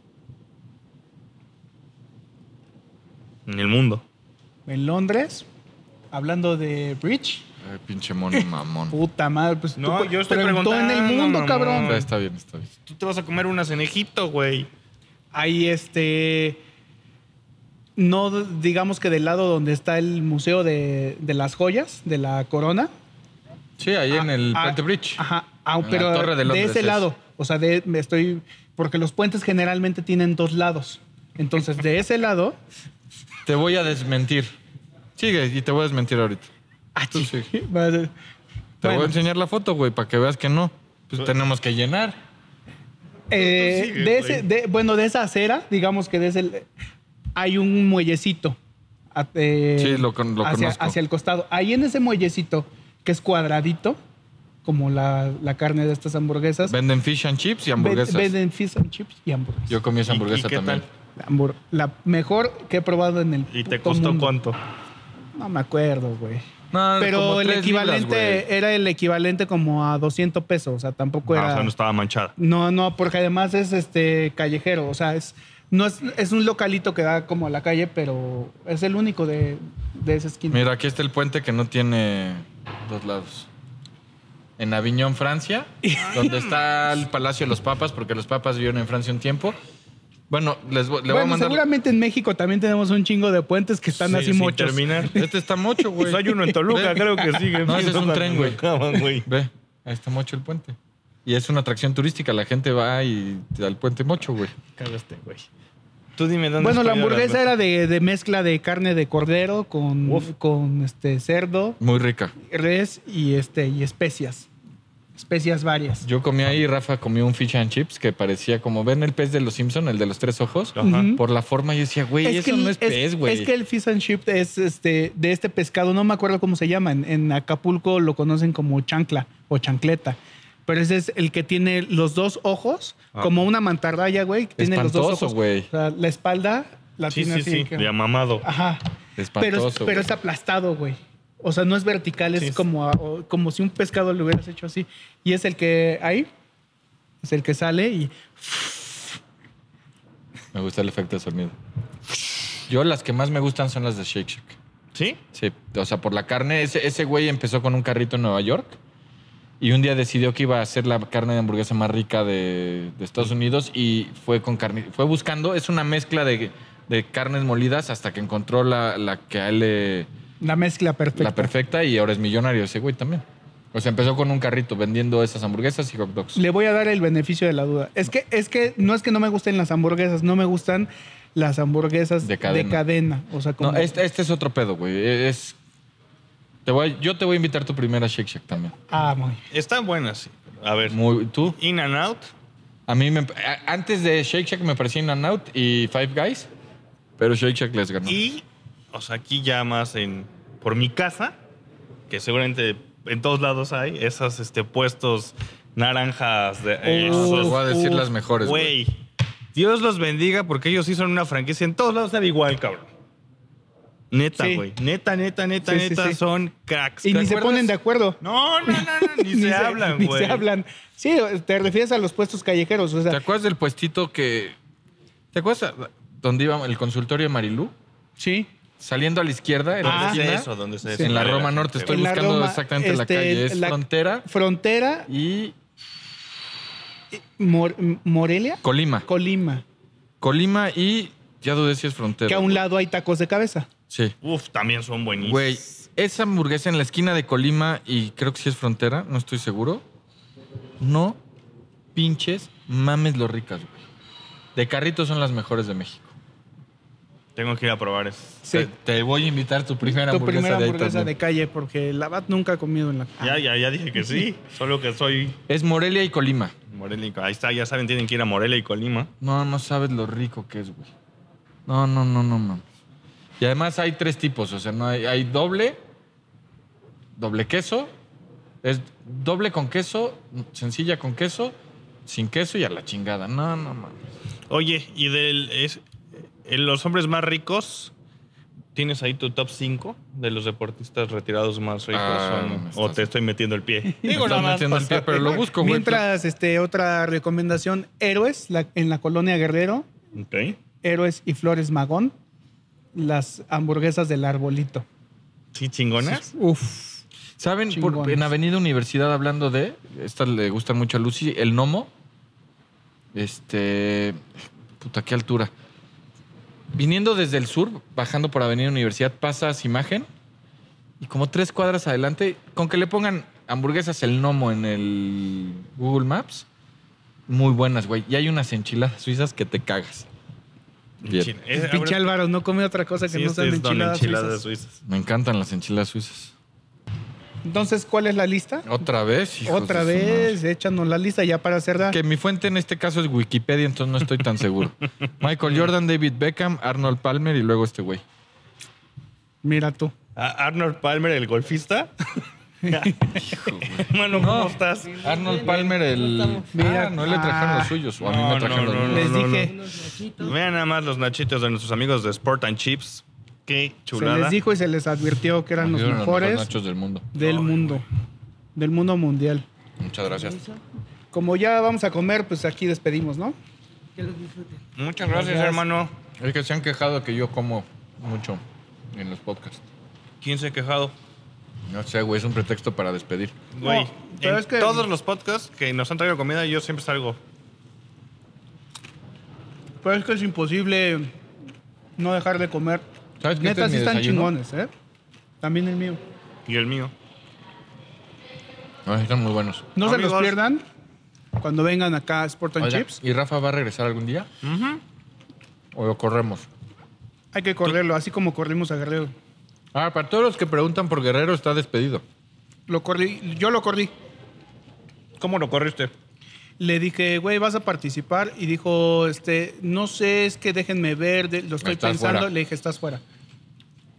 [SPEAKER 4] En el mundo.
[SPEAKER 3] en Londres, hablando de Bridge.
[SPEAKER 5] Ay, pinche mono
[SPEAKER 3] *laughs*
[SPEAKER 5] mamón.
[SPEAKER 3] Puta madre, pues
[SPEAKER 4] No,
[SPEAKER 3] tú
[SPEAKER 4] yo estoy
[SPEAKER 3] preguntó en el mundo,
[SPEAKER 4] preguntando,
[SPEAKER 3] cabrón.
[SPEAKER 5] Ah, está bien, está bien.
[SPEAKER 4] Tú te vas a comer unas en Egipto, güey.
[SPEAKER 3] Hay este. No, digamos que del lado donde está el Museo de, de las Joyas, de la Corona.
[SPEAKER 5] Sí, ahí en el
[SPEAKER 3] Ah,
[SPEAKER 5] Puente Bridge.
[SPEAKER 3] Ajá, ah,
[SPEAKER 5] En la
[SPEAKER 3] pero
[SPEAKER 5] Torre de
[SPEAKER 3] de,
[SPEAKER 5] Londres
[SPEAKER 3] ese
[SPEAKER 5] es.
[SPEAKER 3] lado. O sea, de, me estoy. Porque los puentes generalmente tienen dos lados. Entonces, de ese lado. *laughs*
[SPEAKER 5] Te voy a desmentir. Sigue, y te voy a desmentir ahorita. Tú sigue. Te
[SPEAKER 3] va a ser-
[SPEAKER 5] voy a
[SPEAKER 3] Ah, Bueno,
[SPEAKER 5] enseñar la foto, güey, para que veas que no. Pues tenemos que llenar.
[SPEAKER 3] eh,
[SPEAKER 4] Tú sigue,
[SPEAKER 3] de ese-
[SPEAKER 4] güey.
[SPEAKER 3] de- bueno, de esa acera, digamos que de ese. Hay un muellecito. a- eh,
[SPEAKER 5] Sí, lo con- lo
[SPEAKER 3] hacia,
[SPEAKER 5] conozco.
[SPEAKER 3] hacia el costado. Ahí en ese muellecito, que es cuadradito, como la, la carne de estas hamburguesas.
[SPEAKER 5] Venden fish and chips y
[SPEAKER 3] ven-
[SPEAKER 5] hamburguesas.
[SPEAKER 3] Pues- Venden fish and chips y hamburguesas.
[SPEAKER 5] Yo comí esa
[SPEAKER 4] ¿Y- y
[SPEAKER 5] hamburguesa
[SPEAKER 4] qué
[SPEAKER 5] también.
[SPEAKER 4] tal?
[SPEAKER 3] Hambur- La mejor que he probado en el.
[SPEAKER 4] ¿Y te
[SPEAKER 3] puto
[SPEAKER 4] costó
[SPEAKER 3] mundo.
[SPEAKER 4] cuánto?
[SPEAKER 3] No me acuerdo, güey.
[SPEAKER 5] No, Ah, como
[SPEAKER 3] Pero el
[SPEAKER 5] tres
[SPEAKER 3] equivalente
[SPEAKER 5] libras, güey.
[SPEAKER 3] era el equivalente como a 200 pesos, o sea, tampoco
[SPEAKER 4] Ah,
[SPEAKER 3] era
[SPEAKER 4] o sea, no estaba manchada.
[SPEAKER 3] No, no, porque además es este callejero, o sea, es no es, es un localito que da como a la calle, pero es el único de, de esa esquina.
[SPEAKER 5] Mira, aquí está el puente que no tiene dos lados. En Aviñón, Francia, donde está el Palacio de los Papas, porque los papas vivieron en Francia un tiempo. Bueno, les voy- le voy a
[SPEAKER 3] bueno,
[SPEAKER 5] mandar.
[SPEAKER 3] seguramente en México también tenemos un chingo de puentes que están
[SPEAKER 4] Sí,
[SPEAKER 3] así
[SPEAKER 4] sin
[SPEAKER 3] muchos. *laughs*
[SPEAKER 4] terminar.
[SPEAKER 5] Este está mocho, güey.
[SPEAKER 4] *laughs* Pues hay uno en Toluca,
[SPEAKER 5] Ve.
[SPEAKER 4] creo que sigue.
[SPEAKER 5] No, ese es un tren, güey.
[SPEAKER 4] Acaban, güey.
[SPEAKER 5] Ve, ahí está mocho el puente. Y es una atracción turística, la gente va y al puente mocho, güey.
[SPEAKER 4] Cagaste, güey. Tú dime dónde
[SPEAKER 3] Bueno,
[SPEAKER 4] has
[SPEAKER 3] la
[SPEAKER 4] comido
[SPEAKER 3] hamburguesa
[SPEAKER 4] las-
[SPEAKER 3] era de, de mezcla de carne de cordero con, con este cerdo,
[SPEAKER 5] Muy rica.
[SPEAKER 3] res y este y especias. Especias varias.
[SPEAKER 5] Yo comí ahí, Rafa comió un fish and chips que parecía como, ¿ven el pez de los Simpson, el de los tres ojos?
[SPEAKER 4] Ajá.
[SPEAKER 5] Por la forma yo decía, güey, eso
[SPEAKER 3] el-
[SPEAKER 5] no es, pez, güey.
[SPEAKER 3] es que el fish and chip es este, de este pescado, no me acuerdo cómo se llama. En, en Acapulco lo conocen como chancla o chancleta. Pero ese es el que tiene los dos ojos,
[SPEAKER 4] Ah.
[SPEAKER 3] como una mantarraya, güey. que Tiene los dos
[SPEAKER 5] Espantoso,
[SPEAKER 3] ojos.
[SPEAKER 5] güey.
[SPEAKER 3] O sea, la espalda la
[SPEAKER 4] Sí,
[SPEAKER 3] tiene
[SPEAKER 4] sí,
[SPEAKER 3] así.
[SPEAKER 4] sí.
[SPEAKER 3] que-
[SPEAKER 4] De amamado.
[SPEAKER 3] Ajá. Pero, es-
[SPEAKER 5] Espantoso,
[SPEAKER 3] pero
[SPEAKER 5] güey.
[SPEAKER 3] es aplastado, güey. O sea, no es vertical, es
[SPEAKER 4] Sí, es-
[SPEAKER 3] como, a- o- como si un pescado lo hubieras hecho así. Y es el que ahí, es el que sale y
[SPEAKER 5] Me gusta el efecto de sonido. Yo las que más me gustan son las de Shake Shack.
[SPEAKER 4] ¿Sí?
[SPEAKER 5] Sí, o sea, por la carne. Ese, ese güey empezó con un carrito en Nueva York y un día decidió que iba a hacer la carne de hamburguesa más rica de, de Estados Unidos y fue con carne, fue buscando. Es una mezcla de, de carnes molidas hasta que encontró la, la que a él le-
[SPEAKER 3] la mezcla perfecta.
[SPEAKER 5] la perfecta y ahora es millonario ese güey también. O sea, empezó con un carrito vendiendo esas hamburguesas y hot dogs.
[SPEAKER 3] Le voy a dar el beneficio de la duda. Es que, es que no es que no me gusten las hamburguesas, no me gustan las hamburguesas
[SPEAKER 5] De
[SPEAKER 3] de
[SPEAKER 5] cadena.
[SPEAKER 3] cadena. O sea, como
[SPEAKER 5] No, este, este es otro pedo, güey. Es, te voy, yo te voy a invitar tu primera Shake Shack también.
[SPEAKER 3] Ah, muy bien.
[SPEAKER 4] Están buenas, sí. A ver.
[SPEAKER 5] Muy, ¿Tú?
[SPEAKER 4] In and out.
[SPEAKER 5] A mí, me- a- antes de Shake Shack me parecía In-N-Out y Five Guys, pero Shake Shack les ganó.
[SPEAKER 4] Y, o sea, aquí ya más en, por mi casa, que seguramente en todos lados hay, esas este, puestos naranjas. De,
[SPEAKER 5] Te
[SPEAKER 4] esos-
[SPEAKER 5] voy a decir las mejores, güey.
[SPEAKER 4] Güey, Dios los bendiga porque ellos sí son una franquicia. En todos lados sabe igual, cabrón. Neta,
[SPEAKER 3] Sí.
[SPEAKER 4] güey. Neta, neta, neta,
[SPEAKER 3] Sí, sí,
[SPEAKER 4] neta.
[SPEAKER 3] sí.
[SPEAKER 4] Son cracks.
[SPEAKER 3] Y
[SPEAKER 4] ¿Te
[SPEAKER 3] ni se
[SPEAKER 4] acuerdas?
[SPEAKER 3] ponen de acuerdo.
[SPEAKER 4] No, no, no,
[SPEAKER 5] *laughs*
[SPEAKER 4] no, ni, se, hablan,
[SPEAKER 3] ni
[SPEAKER 4] güey.
[SPEAKER 3] se hablan. Sí, te refieres a los puestos callejeros. O
[SPEAKER 5] ¿Te
[SPEAKER 3] sea,
[SPEAKER 5] acuerdas del puestito que... ¿Te acuerdas a- donde iba el consultorio de Marilú?
[SPEAKER 3] sí.
[SPEAKER 5] Saliendo a la izquierda, en, la,
[SPEAKER 4] ¿Dónde
[SPEAKER 5] esquina,
[SPEAKER 4] es Ah, eso? ¿Dónde es eso?
[SPEAKER 5] Ah, en la Roma Norte. Estoy
[SPEAKER 3] En la
[SPEAKER 5] buscando
[SPEAKER 3] Roma,
[SPEAKER 5] exactamente la
[SPEAKER 3] este,
[SPEAKER 5] calle. Es
[SPEAKER 3] la-
[SPEAKER 5] Frontera
[SPEAKER 3] Frontera,
[SPEAKER 5] y
[SPEAKER 3] Mor- Morelia,
[SPEAKER 5] Colima.
[SPEAKER 3] Colima.
[SPEAKER 5] Colima y... Ya dudé si es Frontera.
[SPEAKER 3] Que a un lado hay tacos de cabeza.
[SPEAKER 5] Sí.
[SPEAKER 4] Uf, también son buenísimos.
[SPEAKER 5] Güey, esa hamburguesa en la esquina de Colima y creo que sí es frontera, no estoy seguro. No pinches mames lo ricas, güey. De carrito son las mejores de México.
[SPEAKER 4] Tengo que ir a probar eso.
[SPEAKER 5] Te,
[SPEAKER 3] Sí.
[SPEAKER 5] te voy a invitar tu primera
[SPEAKER 3] Tu
[SPEAKER 5] hamburguesa
[SPEAKER 3] primera
[SPEAKER 5] de ahí
[SPEAKER 3] hamburguesa de
[SPEAKER 5] también.
[SPEAKER 3] calle, porque la bat nunca ha comido en la
[SPEAKER 4] Ya, ya, ya dije que sí. *laughs* Solo que soy
[SPEAKER 5] Es Morelia y Colima.
[SPEAKER 4] Morelia y Colima. Ahí está, ya saben, tienen que ir a Morelia y Colima.
[SPEAKER 5] No, no sabes lo rico que es, güey. No, no, no, no mames. Y además hay tres tipos, o sea, no hay, hay doble, doble queso, es doble con queso, sencilla con queso, sin queso y a la chingada. No, no mames.
[SPEAKER 4] Oye, y de los hombres más ricos, ¿tienes ahí tu top 5 de los deportistas retirados más ricos?
[SPEAKER 5] Ah,
[SPEAKER 4] o no?
[SPEAKER 5] no me
[SPEAKER 4] o
[SPEAKER 5] estás-
[SPEAKER 4] te estoy metiendo el
[SPEAKER 3] *laughs*
[SPEAKER 4] pie.
[SPEAKER 5] Me estás metiendo el pie, pero lo busco, güey.
[SPEAKER 3] Mientras, este, otra recomendación, Héroes, la- en la colonia Guerrero,
[SPEAKER 4] Ok.
[SPEAKER 3] Héroes y Flores Magón, las hamburguesas del arbolito.
[SPEAKER 4] ¿Sí, chingonas?
[SPEAKER 3] Uf.
[SPEAKER 5] ¿Saben? Por-
[SPEAKER 3] Chingones.
[SPEAKER 5] en Avenida Universidad, hablando de. Esta le gusta mucho a Lucy, el Nomo. Este. Puta, qué altura. Viniendo desde el sur, bajando por Avenida Universidad, pasas imagen. Y como tres cuadras adelante, con que le pongan hamburguesas el Nomo en el Google Maps, muy buenas, güey. Y hay unas enchiladas suizas que te cagas. Bien.
[SPEAKER 4] China. Es-
[SPEAKER 3] Pinche
[SPEAKER 4] ahora-
[SPEAKER 3] Álvaro no come otra cosa que
[SPEAKER 4] sí,
[SPEAKER 3] no
[SPEAKER 4] este
[SPEAKER 3] sean
[SPEAKER 4] es don
[SPEAKER 3] enchiladas,
[SPEAKER 4] enchiladas
[SPEAKER 3] suizas.
[SPEAKER 4] suizas.
[SPEAKER 5] Me encantan las enchiladas suizas.
[SPEAKER 3] Entonces, ¿cuál es la lista?
[SPEAKER 5] Otra vez, hijos
[SPEAKER 3] Otra
[SPEAKER 5] Oh, de su
[SPEAKER 3] vez, échanos la lista ya para hacer
[SPEAKER 5] madre. Que mi fuente en este caso es Wikipedia, entonces no estoy tan seguro. Michael Jordan, David Beckham, Arnold Palmer y luego este güey.
[SPEAKER 3] Mira tú.
[SPEAKER 4] A- Ah, Arnold Palmer, el
[SPEAKER 3] *laughs*
[SPEAKER 4] golfista. *laughs* Mano, ¿cómo estás?
[SPEAKER 5] Arnold Palmer, el.
[SPEAKER 3] Mira,
[SPEAKER 5] Ah, no le trajeron
[SPEAKER 3] ah.
[SPEAKER 5] los suyos. O a mí me trajeron los míos.
[SPEAKER 3] Les dije,
[SPEAKER 4] Vean nada más los nachitos de nuestros amigos de Sport and Chips. Qué
[SPEAKER 3] se
[SPEAKER 4] chulada.
[SPEAKER 3] les dijo y se les advirtió que eran los
[SPEAKER 5] Dieron
[SPEAKER 3] mejores
[SPEAKER 5] nachos del mundo.
[SPEAKER 3] del mundo, del mundo mundial.
[SPEAKER 5] Muchas gracias.
[SPEAKER 3] Como ya vamos a comer, pues aquí despedimos, ¿no?
[SPEAKER 4] Muchas gracias, hermano.
[SPEAKER 5] Es que se han quejado que yo como mucho en los podcasts.
[SPEAKER 4] ¿Quién se ha quejado?
[SPEAKER 5] No sé, güey, es un pretexto para despedir.
[SPEAKER 4] Güey,
[SPEAKER 3] pero
[SPEAKER 4] en
[SPEAKER 3] es que-
[SPEAKER 4] todos los podcasts que nos han traído comida, yo siempre salgo.
[SPEAKER 3] Pero es que es imposible no dejar de comer.
[SPEAKER 5] ¿Sabes qué?
[SPEAKER 3] Neta,
[SPEAKER 5] Este es
[SPEAKER 3] sí
[SPEAKER 5] mi
[SPEAKER 3] están
[SPEAKER 5] desayuno.
[SPEAKER 3] chingones, ¿eh? También el mío.
[SPEAKER 4] Y el mío.
[SPEAKER 5] No, están muy buenos.
[SPEAKER 3] No se los
[SPEAKER 4] Amigos.
[SPEAKER 3] pierdan cuando vengan acá a Sport and
[SPEAKER 5] Oiga,
[SPEAKER 3] Chips.
[SPEAKER 5] ¿Y Rafa va a regresar algún día? ¿O lo corremos?
[SPEAKER 3] Hay que correrlo, así como corrimos a Guerrero.
[SPEAKER 5] Ah, para todos los que preguntan por Guerrero, está despedido.
[SPEAKER 3] Lo corrí, yo lo corrí.
[SPEAKER 4] ¿Cómo lo corriste?
[SPEAKER 3] Le dije, güey, vas a participar. Y dijo, este, no sé, es que déjenme ver, de- lo estoy
[SPEAKER 5] Estás
[SPEAKER 3] pensando.
[SPEAKER 5] fuera.
[SPEAKER 3] Le dije, estás fuera.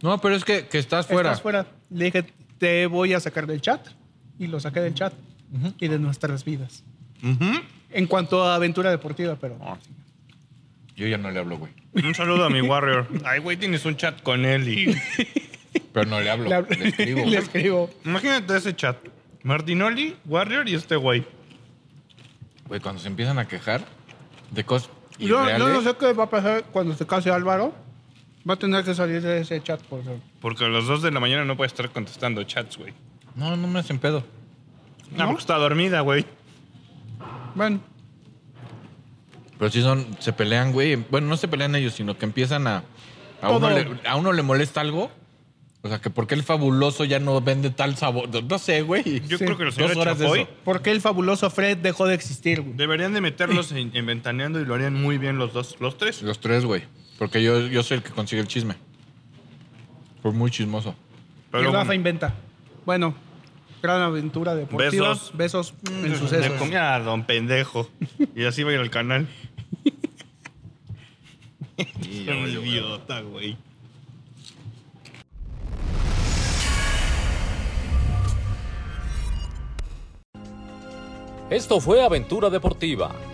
[SPEAKER 5] No, pero es que, que estás fuera.
[SPEAKER 3] Estás fuera. Le dije, te voy a sacar del chat. Y lo saqué del chat. Y de nuestras vidas. En cuanto a aventura deportiva, pero.
[SPEAKER 5] Yo ya no le hablo, güey.
[SPEAKER 4] Un saludo a
[SPEAKER 3] *laughs*
[SPEAKER 4] mi Warrior. Ay, güey, tienes un chat con él y.
[SPEAKER 5] Pero no le hablo.
[SPEAKER 3] Le, hablé-
[SPEAKER 5] Le
[SPEAKER 3] *laughs*
[SPEAKER 5] escribo.
[SPEAKER 3] le escribo.
[SPEAKER 4] Imagínate ese chat. Martinoli, Warrior y este güey.
[SPEAKER 5] Güey, cuando se empiezan a quejar de cosas
[SPEAKER 3] Yo,
[SPEAKER 5] irreales,
[SPEAKER 3] yo no sé qué va a pasar cuando se case Álvaro. Va a tener que salir de ese chat. Por favor.
[SPEAKER 4] Porque a las 2 de la mañana no puede estar contestando chats, güey.
[SPEAKER 5] no, no me hacen pedo.
[SPEAKER 4] No, porque está dormida, güey.
[SPEAKER 3] Bueno,
[SPEAKER 5] Pero sí son, se pelean, güey. Bueno, no se pelean ellos, sino que empiezan a. A,
[SPEAKER 3] Todo.
[SPEAKER 5] uno le, a uno le molesta algo. O sea, que porque el fabuloso ya no vende tal sabor. No, no sé, güey.
[SPEAKER 4] Yo
[SPEAKER 3] Sí.
[SPEAKER 4] creo que los
[SPEAKER 5] Dos
[SPEAKER 4] señores
[SPEAKER 5] horas de
[SPEAKER 4] Chapoy
[SPEAKER 5] eso.
[SPEAKER 3] ¿por qué el fabuloso Fred dejó de existir? güey?
[SPEAKER 4] deberían de meterlos en, en ventaneando y lo harían muy bien los dos, los tres.
[SPEAKER 5] Los tres, güey. Porque yo, yo soy el que consigue el chisme. Por muy chismoso.
[SPEAKER 4] Pero
[SPEAKER 3] y Rafa
[SPEAKER 4] bueno,
[SPEAKER 3] inventa. Bueno, gran aventura deportiva.
[SPEAKER 4] Besos.
[SPEAKER 3] Besos mm, en
[SPEAKER 4] le
[SPEAKER 3] sucesos.
[SPEAKER 4] comía a don pendejo. Y así va a ir al canal. Es un idiota, güey.
[SPEAKER 1] Esto fue Aventura Deportiva.